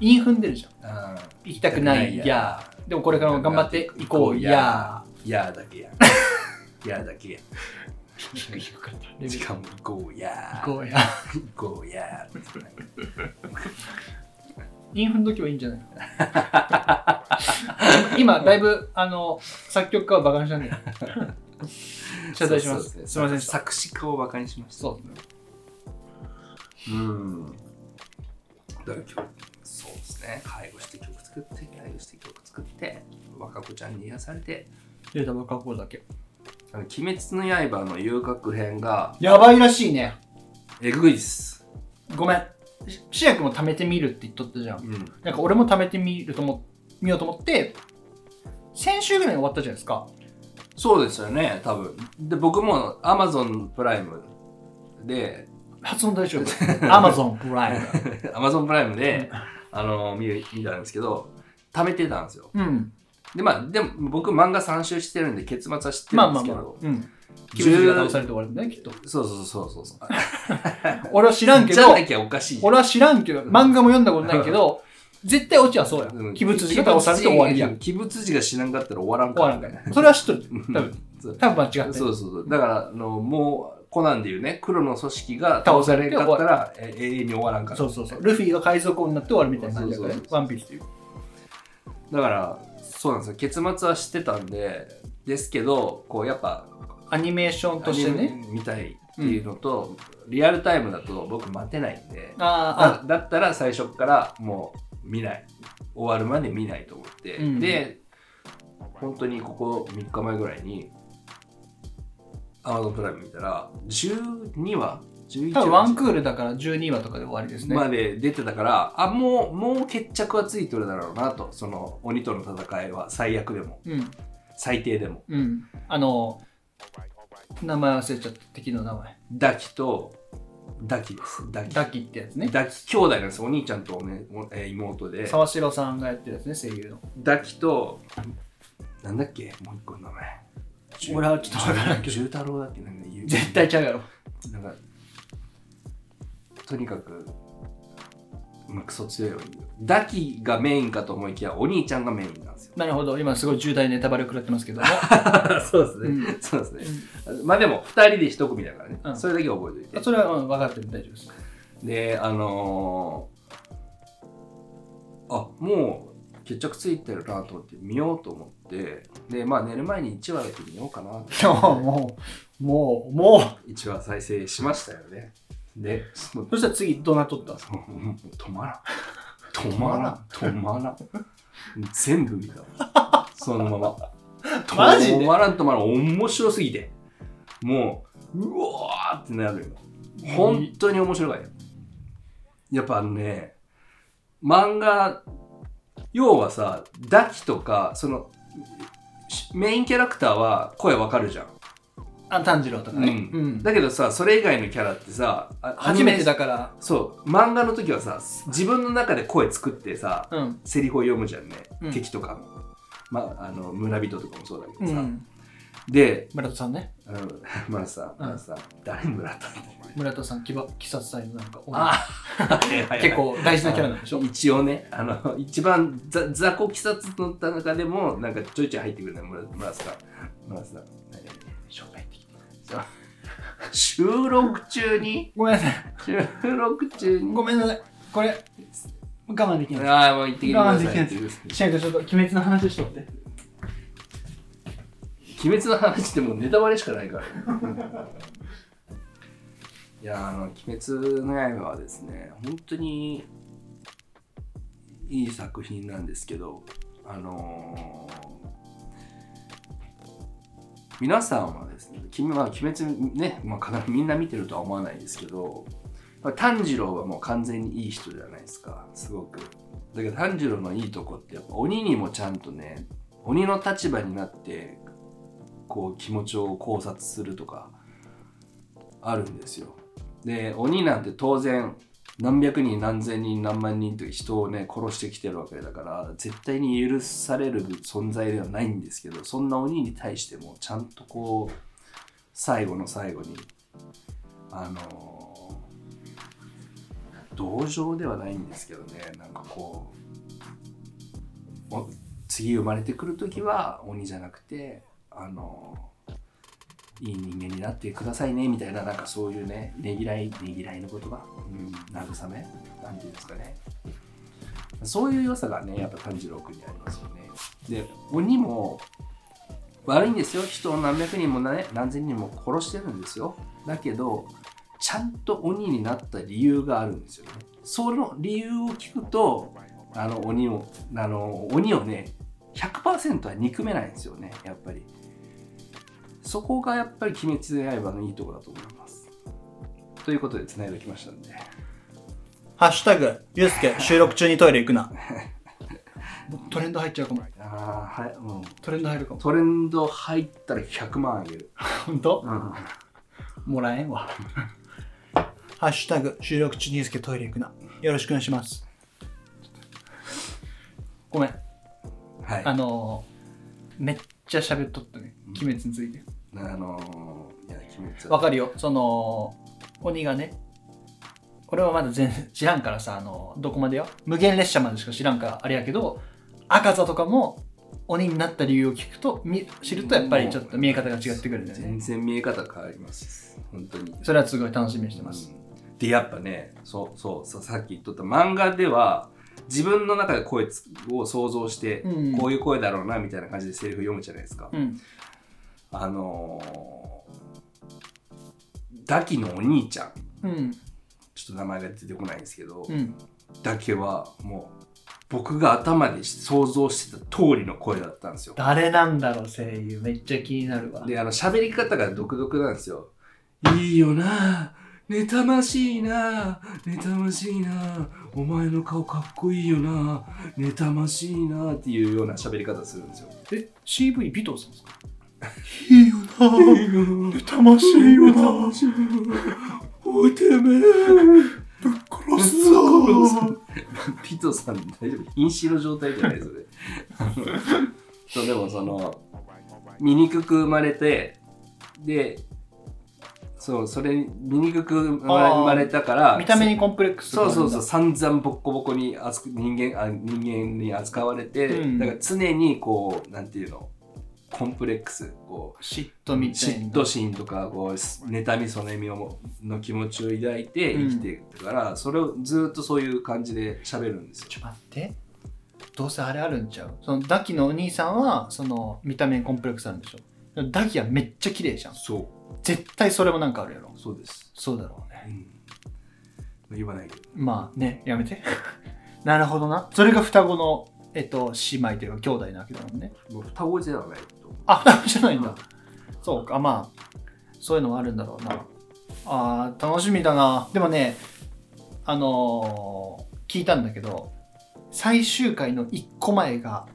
Speaker 2: 韻踏んでるじゃん。
Speaker 1: あー
Speaker 2: 行きたくないや。でもこれからも頑張っていこうや。
Speaker 1: やーだ
Speaker 2: [laughs]
Speaker 1: けややーだけやしかも行こうや
Speaker 2: 行こうや。
Speaker 1: 行こうやーってね
Speaker 2: インフの時はいいんじゃない [laughs] 今、だいぶ、あの、作曲家はバカに [laughs] したんだよ。謝罪します。
Speaker 1: そうそう
Speaker 2: すみませんでした。
Speaker 1: 作詞家をバカにしました
Speaker 2: そう
Speaker 1: うんだから今日そうですね介護して曲作って介護して曲作って若子ちゃんに癒されて
Speaker 2: データバカこうだけ。
Speaker 1: あの「鬼滅の刃」の遊楽編が
Speaker 2: やばいらしいね。
Speaker 1: えぐいっす
Speaker 2: ごめん。しシア君も貯めてみるって言っとったじゃ。
Speaker 1: うんん
Speaker 2: なんか俺も貯めてみると思、見ようと思って、先週ぐらいに終わったじゃないですか。
Speaker 1: そうですよね多分で僕も Amazon プライムで [laughs]
Speaker 2: 発音大丈夫。Amazon [laughs] プライム。
Speaker 1: Amazon プライムで、あの見る見たんですけど貯めてたんですよ
Speaker 2: うん。
Speaker 1: でまあでも僕漫画3周してるんで結末は知って
Speaker 2: ま
Speaker 1: る
Speaker 2: あ
Speaker 1: んで
Speaker 2: ますあ
Speaker 1: けど、
Speaker 2: まあ。うん。
Speaker 1: キムチが
Speaker 2: が倒
Speaker 1: 倒
Speaker 2: さ
Speaker 1: さ
Speaker 2: れて終わるんだね、きっと。
Speaker 1: そうそうそうそうそう。
Speaker 2: 俺は知らんけ
Speaker 1: じ
Speaker 2: ど
Speaker 1: ゃ、なきゃおかしい。
Speaker 2: 俺は知らんけど、漫画も読んだことないけど、絶対オチはそうや
Speaker 1: うん。
Speaker 2: 鬼物寺が倒されて終わりや。
Speaker 1: 鬼物寺が死なんかったら終わらん
Speaker 2: 終
Speaker 1: か
Speaker 2: わ
Speaker 1: ら
Speaker 2: らんから。それは知っとる。
Speaker 1: うん
Speaker 2: 多分。
Speaker 1: そう
Speaker 2: 多分間違って
Speaker 1: そ
Speaker 2: る。
Speaker 1: うそうそう。だから、あの、もう、コナンでいうね、黒の組織が倒されんかったら、え永遠に終わらんから。
Speaker 2: そうそうそう。ルフィが海賊王になって終わるみたいな感じだからね
Speaker 1: そうそう。そう
Speaker 2: ワンピースっていう。
Speaker 1: だから、そうなんですよ。結末は知ってたんで、ですけど、こう、やっぱ、
Speaker 2: アニメーションとしてね。
Speaker 1: 見たいっていうのと、リアルタイムだと僕待てないんで、
Speaker 2: あー
Speaker 1: [laughs]
Speaker 2: あ、
Speaker 1: だだったら最初からもう見ない。終わるまで見ないと思って、
Speaker 2: うん
Speaker 1: で、本当にここ3日前ぐらいに、アマゾンプライム見たら、12話 ?11
Speaker 2: 多
Speaker 1: 話
Speaker 2: 分ワンクールだから12話とかで終わりですね。
Speaker 1: まで出てたから、あ、もう、もう決着はついてるだろうなと、その鬼との戦いは最悪でも、
Speaker 2: うん。
Speaker 1: 最低でも。
Speaker 2: うん。あの、名前忘れちゃった。敵の名前。
Speaker 1: ダキと、ダキです。ダキ。
Speaker 2: ダキってやつね。
Speaker 1: ダキ兄弟なんですよお兄ちゃんとお、ね、おえー妹で。
Speaker 2: 沢城さんがやってるやつね、声優の。
Speaker 1: ダキと、なんだっけもう一個の名前。じゅ
Speaker 2: 俺はちょっとわからんけど
Speaker 1: じゅうたろうだっけなんか言う
Speaker 2: 絶対ちゃうやろ。
Speaker 1: なんか、とにかく、まあ、クソ強いよ。ダキがメインかと思いきや、お兄ちゃんがメインなん
Speaker 2: [laughs]
Speaker 1: ですよ。
Speaker 2: なるほど。今すごい重大ネタバレ食らってますけ
Speaker 1: [laughs]
Speaker 2: ども。
Speaker 1: そう
Speaker 2: ですね。
Speaker 1: そうですね。まあでも、二人で一組だからね。
Speaker 2: うん
Speaker 1: それだけ覚えておいて。
Speaker 2: それは、うん、分かってる大丈夫です。
Speaker 1: で、あのーあ、もう決着ついてるなと思って見ようと思って、で、まあ寝る前に1話だけ見ようかなって。
Speaker 2: もう、もう、も
Speaker 1: 1話再生しましたよね。で、その
Speaker 2: う。そしたら次、どうなっとったんですか
Speaker 1: もう止まらん。止まらん。止まらん。全部見たわ。そのまま。
Speaker 2: マジで
Speaker 1: 止まらん止まらん。面白すぎて。もう、うわーってなるよ。本当に面白いよ。やっぱあのね、漫画、要はさ、ダキとか、その、しメインキャラクターは声わかるじゃん。
Speaker 2: あ、炭治郎とかね。
Speaker 1: うん
Speaker 2: うん。
Speaker 1: だけどさ、それ以外のキャラってさ、あ
Speaker 2: 初めてだから、
Speaker 1: そう漫画の時はさ自分の中で声作ってさ
Speaker 2: うん。
Speaker 1: セリフを読むじゃんね、
Speaker 2: うん
Speaker 1: 敵とかも、ま、あの村人とかもそうだけ
Speaker 2: う
Speaker 1: どさ、
Speaker 2: ん。
Speaker 1: で
Speaker 2: 村田さんね。
Speaker 1: あの [laughs] 村田さん村田さん、誰村田さん
Speaker 2: 村田さん、鬼ば鬼殺隊のなんか、
Speaker 1: あ [laughs] あ
Speaker 2: 結構大事なキャラなんでしょ
Speaker 1: 一応ねあの一番ざ雑魚鬼殺の中でもなんかちょいちょい入ってくるね村村田さん村田さん何紹介できてない収録中に
Speaker 2: ごめんなさい。
Speaker 1: 収録中に
Speaker 2: ごめんなさい。これ、我慢できない。
Speaker 1: ああもう行ってきてください
Speaker 2: 我慢できないしないとちょっと、鬼滅の話しとって。
Speaker 1: 鬼滅の話ってもうネタバレしかないからいやあの「鬼滅の刃」はですね本当にいい作品なんですけどあのー皆さんはですね「君は鬼滅ね」まあ、必ずみんな見てるとは思わないですけどまあ炭治郎はもう完全にいい人じゃないですかすごくだけど炭治郎のいいとこってやっぱ鬼にもちゃんとね鬼の立場になってこう気持ちを考察するとかあるんですよ。で鬼なんて当然何百人何千人何万人という人をね殺してきてるわけだから絶対に許される存在ではないんですけどそんな鬼に対してもちゃんとこう最後の最後にあの同情ではないんですけどねなんかこうお次生まれてくる時は鬼じゃなくてあのいい人間になってくださいねみたいななんかそういうねねぎらいねぎらいの言葉、うん、慰めなんていうんですかねそういう良さがねやっぱ炭治郎君にありますよねで鬼も悪いんですよ人を何百人も、ね、何千人も殺してるんですよだけどちゃんと鬼になった理由があるんですよねその理由を聞くとあの鬼をあの鬼をね100%は憎めないんですよねやっぱりそこがやっぱり「鬼滅の刃」のいいところだと思いますということで繋いできましたんで
Speaker 2: ハッシュタグ、ゆうすけ、収録中にトイレ行くな。 [laughs] トレンド入っちゃうかも。
Speaker 1: ああはいもう
Speaker 2: トレンド入るかも。
Speaker 1: トレンド入ったら100万あげる、
Speaker 2: ほんと
Speaker 1: うん、
Speaker 2: もらえんわ。ハッシュタグ、収録中にゆうすけトイレ行くな。よろしくお願いします。ごめん、
Speaker 1: はい
Speaker 2: あのー、めっちゃ喋っとったね。鬼滅について。
Speaker 1: あのー、いや、鬼滅
Speaker 2: わ
Speaker 1: は。
Speaker 2: かるよ。その、鬼がね、俺はまだ全然知らんからさ、あの、どこまでよ無限列車までしか知らんから、あれやけど、赤座とかも鬼になった理由を聞くと、み知るとやっぱりちょっと見え方が違ってくるんだよ
Speaker 1: 全
Speaker 2: ね。
Speaker 1: 然見え方変わります。本当に。
Speaker 2: それはすごい楽しみにしてます。
Speaker 1: うんでやっぱねそうそうささっき言っとった漫画では自分の中で声つを想像して、
Speaker 2: うん
Speaker 1: こういう声だろうなみたいな感じでセリフ読むじゃないですか、
Speaker 2: うん。
Speaker 1: あのー、ダキのお兄ちゃん
Speaker 2: うん。
Speaker 1: ちょっと名前が出てこないんですけど、
Speaker 2: うん。
Speaker 1: だけはもう僕が頭で想像してた通りの声だったんですよ
Speaker 2: 誰なんだろう、声優。めっちゃ気になるわ。
Speaker 1: であの喋り方が独特なんですよいいよな妬ましいな妬ましいなお前の顔かっこいいよな妬ましいなっていうような喋り方するんですよ
Speaker 2: え、CV ビトさんですかいいよな魂よな
Speaker 1: おいてめえ
Speaker 2: 殺すぞ
Speaker 1: ピトさん大丈夫瀕死の状態じゃないそれ [laughs] そうでもその醜く生まれてでそうそれに醜く生まれ
Speaker 2: あー
Speaker 1: 生まれたから
Speaker 2: 見た目にコンプレックス
Speaker 1: そうそうそう
Speaker 2: う。
Speaker 1: 散々ボッコボコに扱人間あ人間に扱われて、
Speaker 2: うん
Speaker 1: だから常にこうなんていうのコンプレックスこう
Speaker 2: 嫉妬みたいな。
Speaker 1: 嫉妬心とかこうす妬み嫉みをの気持ちを抱いて生きてたから、それをずっとそういう感じで喋るんですよ
Speaker 2: ちょっと待ってどうせあれあるんちゃうそのダキのお兄さんはその見た目にコンプレックスあるんでしょでもダキはめっちゃ綺麗じゃん
Speaker 1: そ
Speaker 2: 絶対それもなんかあるやろ
Speaker 1: うそうです、
Speaker 2: そうだろうね
Speaker 1: うん、言わないけど
Speaker 2: まあねやめて [laughs] なるほどなそれが双子のえっと姉妹というか兄弟なわけだもんね
Speaker 1: もう双子じゃないと思う
Speaker 2: あ [laughs] 双子じゃないんだ、
Speaker 1: うん
Speaker 2: そうかまあそういうのもあるんだろうなあー楽しみだなでもねあのー聞いたんだけど最終回の1個前が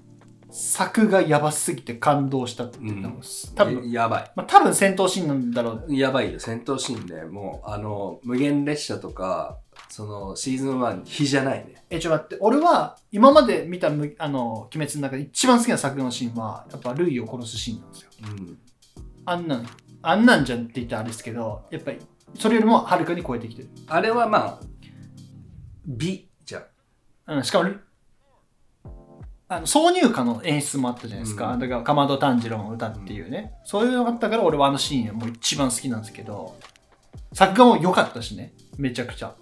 Speaker 2: 作がやばすぎて感動したって言ってたもん、
Speaker 1: うん
Speaker 2: 多分、
Speaker 1: えやばい
Speaker 2: まあ、多分戦闘シーンなんだろう
Speaker 1: やばいよ戦闘シーンでもうあの無限列車とかそのシーズン1比じゃないね
Speaker 2: えちょっと待って俺は今まで見たむあの鬼滅の中で一番好きな作のシーンはやっぱルイを殺すシーンなんですよ
Speaker 1: うん
Speaker 2: あんなんあんなんじゃんって言ったらあれですけどやっぱりそれよりもはるかに超えてきてる
Speaker 1: あれはまあ美じゃん
Speaker 2: うん、しかもあの挿入歌の演出もあったじゃないですか、
Speaker 1: うん
Speaker 2: だからかまど炭治郎の歌っていうね、そういうのがあったから俺はあのシーンもう一番好きなんですけど作画も良かったしねめちゃくちゃ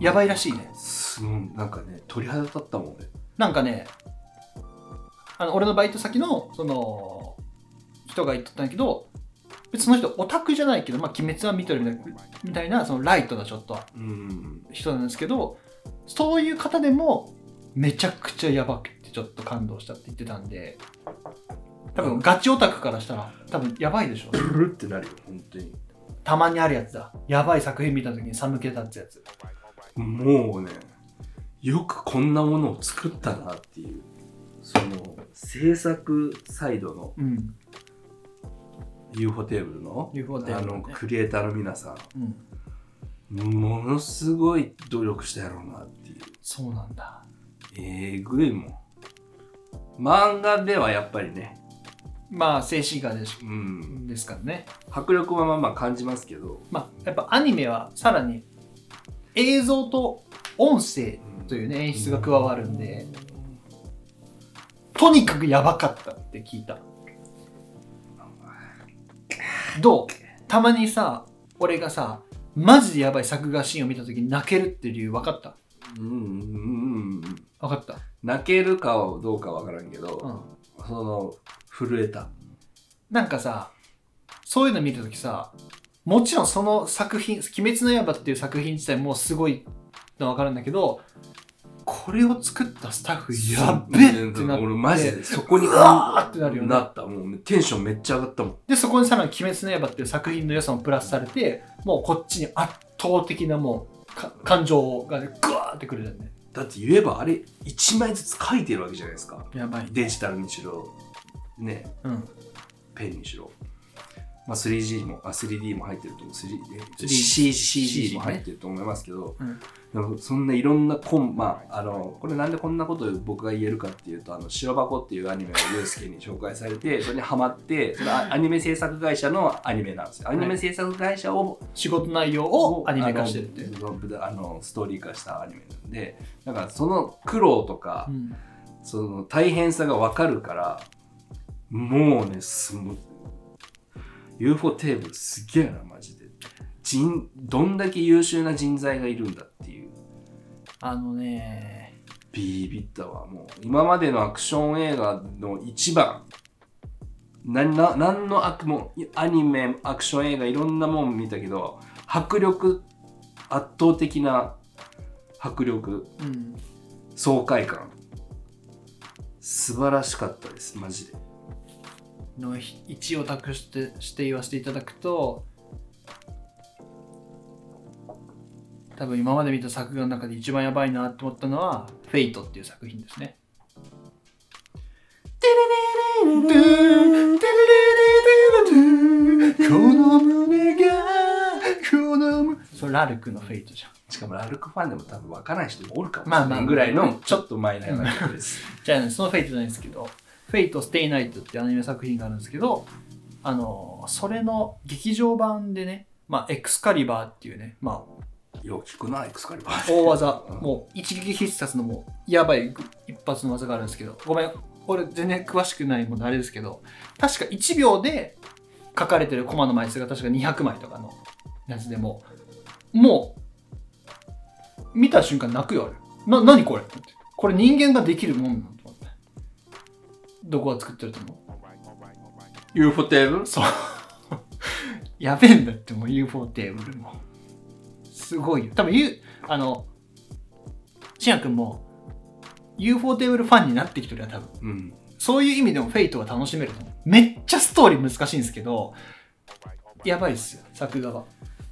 Speaker 2: やばいらしいね
Speaker 1: すうんなんかね鳥肌立ったもんね
Speaker 2: なんかねあの俺のバイト先のその人が言っとったんだけど別にその人オタクじゃないけど、まあ、鬼滅は見てるみたいみたいなそのライトなちょっと
Speaker 1: うん
Speaker 2: 人なんですけどそういう方でもめちゃくちゃやばくてちょっと感動したって言ってたんで多分ガチオタクからしたら多分やばいでしょ
Speaker 1: ブルってなるよ本当に
Speaker 2: たまにあるやつだやばい作品見た時に寒気立つやつ
Speaker 1: もうねよくこんなものを作ったなっていうその制作サイドの
Speaker 2: うん
Speaker 1: UFO テーブルの
Speaker 2: UFO テーブルね
Speaker 1: あのクリエイターの皆さ
Speaker 2: うん
Speaker 1: んものすごい努力したやろうなっていう
Speaker 2: そうなんだ
Speaker 1: えぐいもん漫画ではやっぱりね
Speaker 2: まあ静止画でし
Speaker 1: うん
Speaker 2: ですからね
Speaker 1: 迫力はまあまあ感じますけど、
Speaker 2: まあやっぱアニメはさらに映像と音声というね演出が加わるんでとにかくやばかったって聞いたどうたまにさ俺がさマジでやばい作画シーンを見た時に泣けるっていう理由分かった
Speaker 1: うんうんうん
Speaker 2: 分かった、
Speaker 1: 泣けるかはどうかわからんけど、
Speaker 2: うん、
Speaker 1: その震えた
Speaker 2: なんかさそういうの見た時さもちろんその作品「鬼滅の刃」っていう作品自体もうすごいの分かるんだけどこれを作ったスタッフやっべえってなって
Speaker 1: 俺マジでそこに
Speaker 2: うわーってなるよね
Speaker 1: なったもうテンションめっちゃ上がったもん
Speaker 2: で、そこにさらに鬼滅の刃っていう作品の良さもプラスされて、もうこっちに圧倒的なもうか感情がね、ぐわーってくるじゃんね。
Speaker 1: だって言えばあれ1枚ずつ書いてるわけじゃないですか
Speaker 2: やばい。
Speaker 1: デジタルにしろね
Speaker 2: うん。
Speaker 1: ペンにしろまあ、3G もあ 3D も入ってると思う 3D え
Speaker 2: 3D
Speaker 1: CG も入ってると思いますけど、でもそんないろんなコンまああのこれなんでこんなことを僕が言えるかっていうと「あの白箱」っていうアニメをユースケに紹介されてそれにハマってそれアアニメ制作会社のアニメなんですよ。アニメ制作会社を
Speaker 2: 仕事内容をアニメ化してるっていう。
Speaker 1: あのぶあのストーリー化したアニメなんでだからその苦労とか、
Speaker 2: うん
Speaker 1: その大変さが分かるからもうねすもう UFO テーブルすげえなマジで人どんだけ優秀な人材がいるんだっていう
Speaker 2: あのね、
Speaker 1: ビビったわもう今までのアクション映画の一番なな何の悪もうアニメアクション映画いろんなもん見たけど迫力圧倒的な迫力
Speaker 2: うん、
Speaker 1: 爽快感素晴らしかったですマジで
Speaker 2: の一を託してして言わせていただくと多分今まで見た作画の中で一番やばいなって思ったのは「フェイトっていう作品ですね。この胸がこの胸それラルクのフェイトじゃん。
Speaker 1: しかもラルクファンでも多分分からない人もおるかもし
Speaker 2: まあ
Speaker 1: れ
Speaker 2: まあ
Speaker 1: ないぐらいのちょっとマイナーな曲です。
Speaker 2: じゃあね、そのフェイトじゃないんですけど、フェイト・ステイ・ナイトってアニメ作品があるんですけど、あの、それの劇場版でね、まあ、エクスカリバーっていうね、まあ、
Speaker 1: よく聞くな、エクスカリバー。
Speaker 2: 大技、
Speaker 1: うん
Speaker 2: もう一撃必殺のもう、やばい一発の技があるんですけど、ごめん、俺全然詳しくないもんであれですけど、確か1秒で書かれてるコマの枚数が確か200枚とかのやつでも、もう、見た瞬間泣くよ、あれ。な、何これって思ってこれ人間ができるもんなんと思って。どこが作ってると思う
Speaker 1: UFO テーブル
Speaker 2: そう。 [laughs] やべえんだってもう UFO テーブルも。すごいよ。多分 U、あの、しんやくんも UFO テーブルファンになってきてるよ、多分。
Speaker 1: うん。
Speaker 2: そういう意味でもフェイトは楽しめると思う。めっちゃストーリー難しいんですけど、やばいっすよ、作画は。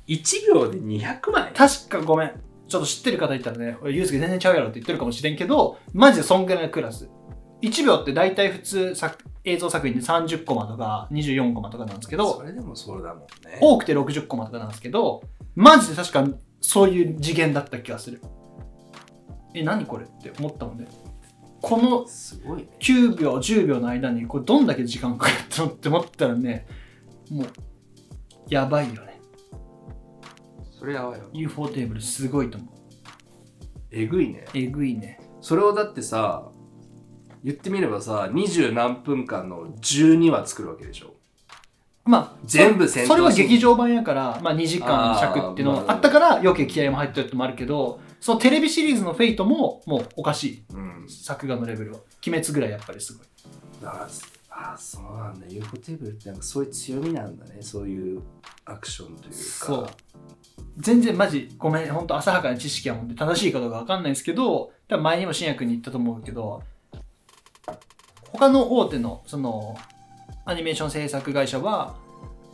Speaker 1: 1秒で200枚
Speaker 2: 確かごめん。ちょっと知ってる方いたらね、俺ユうスケ全然ちゃうやろって言ってるかもしれんけど、マジでそんぐらいのクラス。1秒って大体普通作映像作品で30コマとか24コマとかなんですけど
Speaker 1: そ、れでもそうだもんね。
Speaker 2: 多くて60コマとかなんですけど、マジで確かそういう次元だった気がする。え、何これって思ったもんね。この
Speaker 1: すごいね。
Speaker 2: 9秒10秒の間にこれどんだけ時間かかったのって思ったらねもうやばいよね
Speaker 1: それやばいよ。
Speaker 2: UFO テーブルすごいと思う
Speaker 1: えぐいね。
Speaker 2: えぐいね
Speaker 1: それをだってさ、言ってみればさ、20何分間の12話作るわけでしょ。
Speaker 2: まあ
Speaker 1: 全部戦闘シーン
Speaker 2: それは劇場版やから、まあ、2時間尺っていうの
Speaker 1: あーま
Speaker 2: が
Speaker 1: あ
Speaker 2: あったから余計気合も入ってるってのもあるけどそのテレビシリーズの「フェイトももうおかし
Speaker 1: うん
Speaker 2: い。作画のレベルは「鬼滅」ぐらいやっぱりすごい
Speaker 1: だから、ああ、そうなんだ。UFO テーブルってなんかそういう強みなんだね。そういうアクションというか。
Speaker 2: そう全然マジごめん本当浅はかな知識はもんで正しいかどうか分かんないですけど多分前にも新薬に言ったと思うけど他の大手のそのアニメーション制作会社は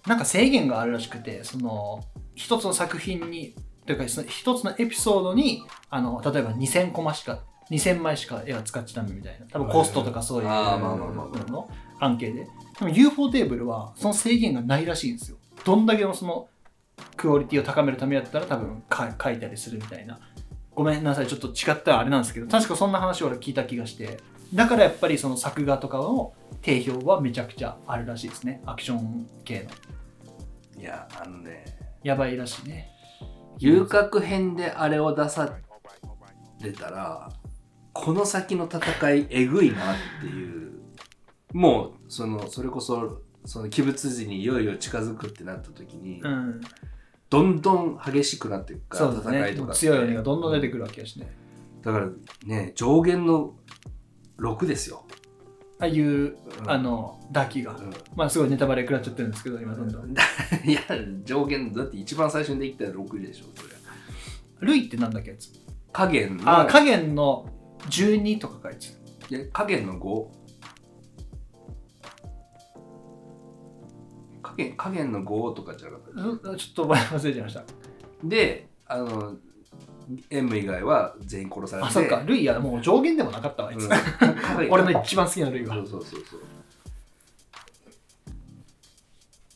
Speaker 2: なんか制限があるらしくてその一つの作品にというかその一つのエピソードにあの例えば2000コマしか2000枚しか絵は使っちゃダメみたいな多分コストとかそういう
Speaker 1: あーまあまあまあまあ
Speaker 2: の関係ででも UFO テーブルはその制限がないらしいんですよどんだけのそのクオリティを高めるためだったら多分か書いたりするみたいなごめんなさいちょっと違ったらあれなんですけど確かそんな話を俺聞いた気がしてだからやっぱりその作画とかの定評はめちゃくちゃあるらしいですねアクション系の
Speaker 1: いや、あのね。
Speaker 2: やばいらしいね
Speaker 1: 遊郭編であれを出されたらこの先の戦いえぐいなっていうもうそのそれこそその鬼物寺にいよいよ近づくってなった時に、
Speaker 2: うん
Speaker 1: どんどん激しくなっていくか
Speaker 2: そ
Speaker 1: ら、
Speaker 2: うです
Speaker 1: 戦い
Speaker 2: ね
Speaker 1: とかって
Speaker 2: 強い鬼がどんどん出てくるわけやしね
Speaker 1: だからね上限の6ですよ、
Speaker 2: ああいう
Speaker 1: うん
Speaker 2: あの打機が
Speaker 1: うん
Speaker 2: まあすごいネタバレ食らっちゃってるんですけど今どんどん
Speaker 1: [laughs] いや上限だって一番最初にできたら6でしょそれ
Speaker 2: ルイってなんだっけやつ
Speaker 1: 加減の
Speaker 2: あ加減の12とか書いてあ
Speaker 1: いや加減の5加減加減の5とかじゃなかった
Speaker 2: るうちょっと忘れちゃいました
Speaker 1: であの M 以外は全員殺されて
Speaker 2: あそっかルイはもう上限でもなかったわあいつ、
Speaker 1: うん
Speaker 2: 俺の一番好きなルイは
Speaker 1: そうそうそうそう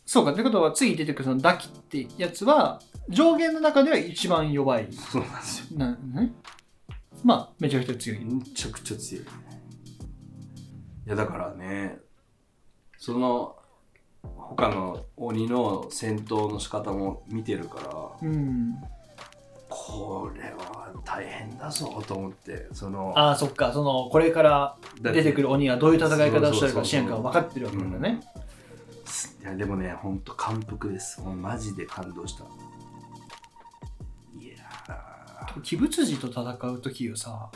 Speaker 2: そうか、ということは次出てくるそのダキってやつは、上限の中では一番弱い。
Speaker 1: そうなんですよ。
Speaker 2: なね、まあ、めちゃくちゃ強い。
Speaker 1: めちゃくちゃ強い。いや、だからね、その、他の鬼の戦闘の仕方も見てるから、
Speaker 2: うん。
Speaker 1: これは大変だぞと思って、その、
Speaker 2: ああ、そっか、その、これから出てくる鬼がどういう戦い方をしたるか、支援が分かってるわけだからね。
Speaker 1: いやでもね、ほんと感服です。もうマジで感動した。いや
Speaker 2: 鬼物児と戦う時をさ、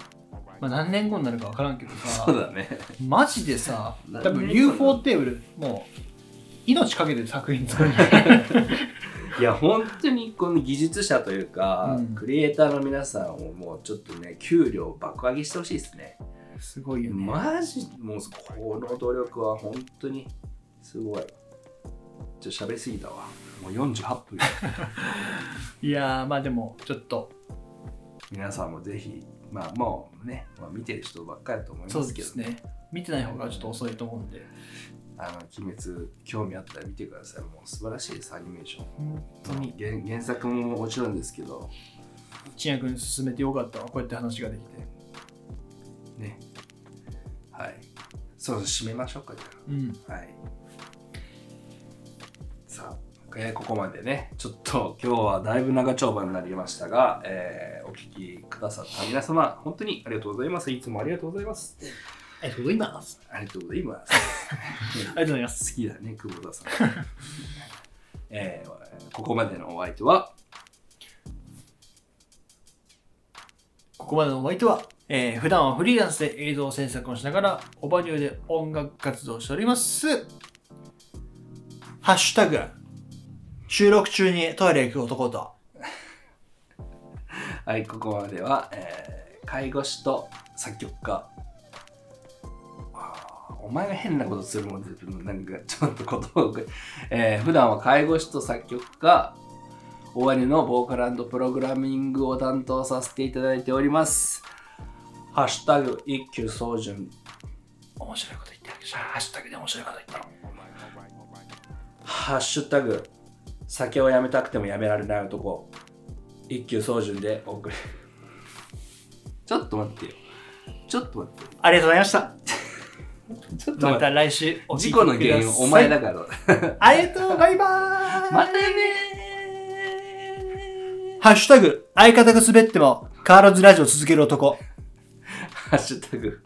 Speaker 2: まあ、何年後になるか分からんけど
Speaker 1: ー
Speaker 2: さ、
Speaker 1: そうだね。
Speaker 2: マジでさ、多
Speaker 1: 何年
Speaker 2: 分
Speaker 1: 後
Speaker 2: UFO テーブル、もう、命かけて作品 [laughs] 作る。
Speaker 1: いや、本当にこの技術者というか、
Speaker 2: うん
Speaker 1: クリエイターの皆さんをもうちょっとね、給料爆上げしてほしいですね。
Speaker 2: すごいよね。
Speaker 1: マジ、もうこの努力は本当にすごい。ちょっと喋りすぎたわ。もう48分。
Speaker 2: [laughs] いやー、まあでも、ちょっと、
Speaker 1: 皆さんもぜひ、まあもうね、まあ、見てる人ばっかりだと思い
Speaker 2: そ
Speaker 1: ま
Speaker 2: う
Speaker 1: すけ
Speaker 2: で
Speaker 1: ど
Speaker 2: すね。見てない方がちょっと遅いと思うんで。
Speaker 1: あの鬼滅興味あったら見てくださいもう素晴らしいですアニメーション
Speaker 2: 本当に、
Speaker 1: 原原作ももちろんですけど
Speaker 2: 千也君進めてよかったわ、こうやって話ができて。
Speaker 1: ねはいそう締めましょうかじ
Speaker 2: うん。
Speaker 1: ゃあはいさあえーここまでねちょっと今日はだいぶ長丁場になりましたが、えーお聞きくださった皆様本当にありがとうございますいつもありがとうございます
Speaker 2: ありがとうございます。
Speaker 1: ありがとうございます
Speaker 2: ありがとうございます。
Speaker 1: 好きだね久保田さん、えーここまでのお相手は
Speaker 2: ここまでのお相手は、えー普段はフリーランスで映像制作をしながら、オバニューで音楽活動をしております。ハッシュタグ、収録中にトイレ行く男と、
Speaker 1: はい、ここまでは、えー介護士と作曲家。あーお前が変なことするもんで、なんかちょっと言葉が、えー普段は介護士と作曲家、終わりのボーカルプログラミングを担当させていただいております。ハッシュタグ一休総順。
Speaker 2: 面白いこと言ってるし、ハッシュタグで面白いこと言ってる。
Speaker 1: ハッシュタグ酒をやめたくてもやめられない男。一休総順でお送り。ちょっと待ってよ。ちょっと待ってよ。
Speaker 2: ありがとうございました。
Speaker 1: ちょっと待
Speaker 2: ま
Speaker 1: って
Speaker 2: た来週お聞き
Speaker 1: 事
Speaker 2: く
Speaker 1: 故
Speaker 2: ださ
Speaker 1: の
Speaker 2: い
Speaker 1: 原因お前だ。から。
Speaker 2: ありがとう、バイバー
Speaker 1: [laughs]
Speaker 2: イ。
Speaker 1: またね
Speaker 2: ハッシュタグ、相方が滑っても、変わらずラジオ続ける男。
Speaker 1: ーハッシュタグ、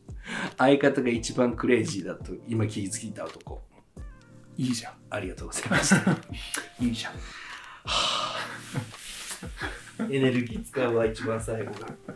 Speaker 1: 相方が一番クレイジーだと今気づいた男。
Speaker 2: いいじゃ
Speaker 1: ありがとうござい
Speaker 3: [laughs]
Speaker 1: ました。
Speaker 2: ん、いいじゃん。
Speaker 3: エネルギー使うわ、一番最後が。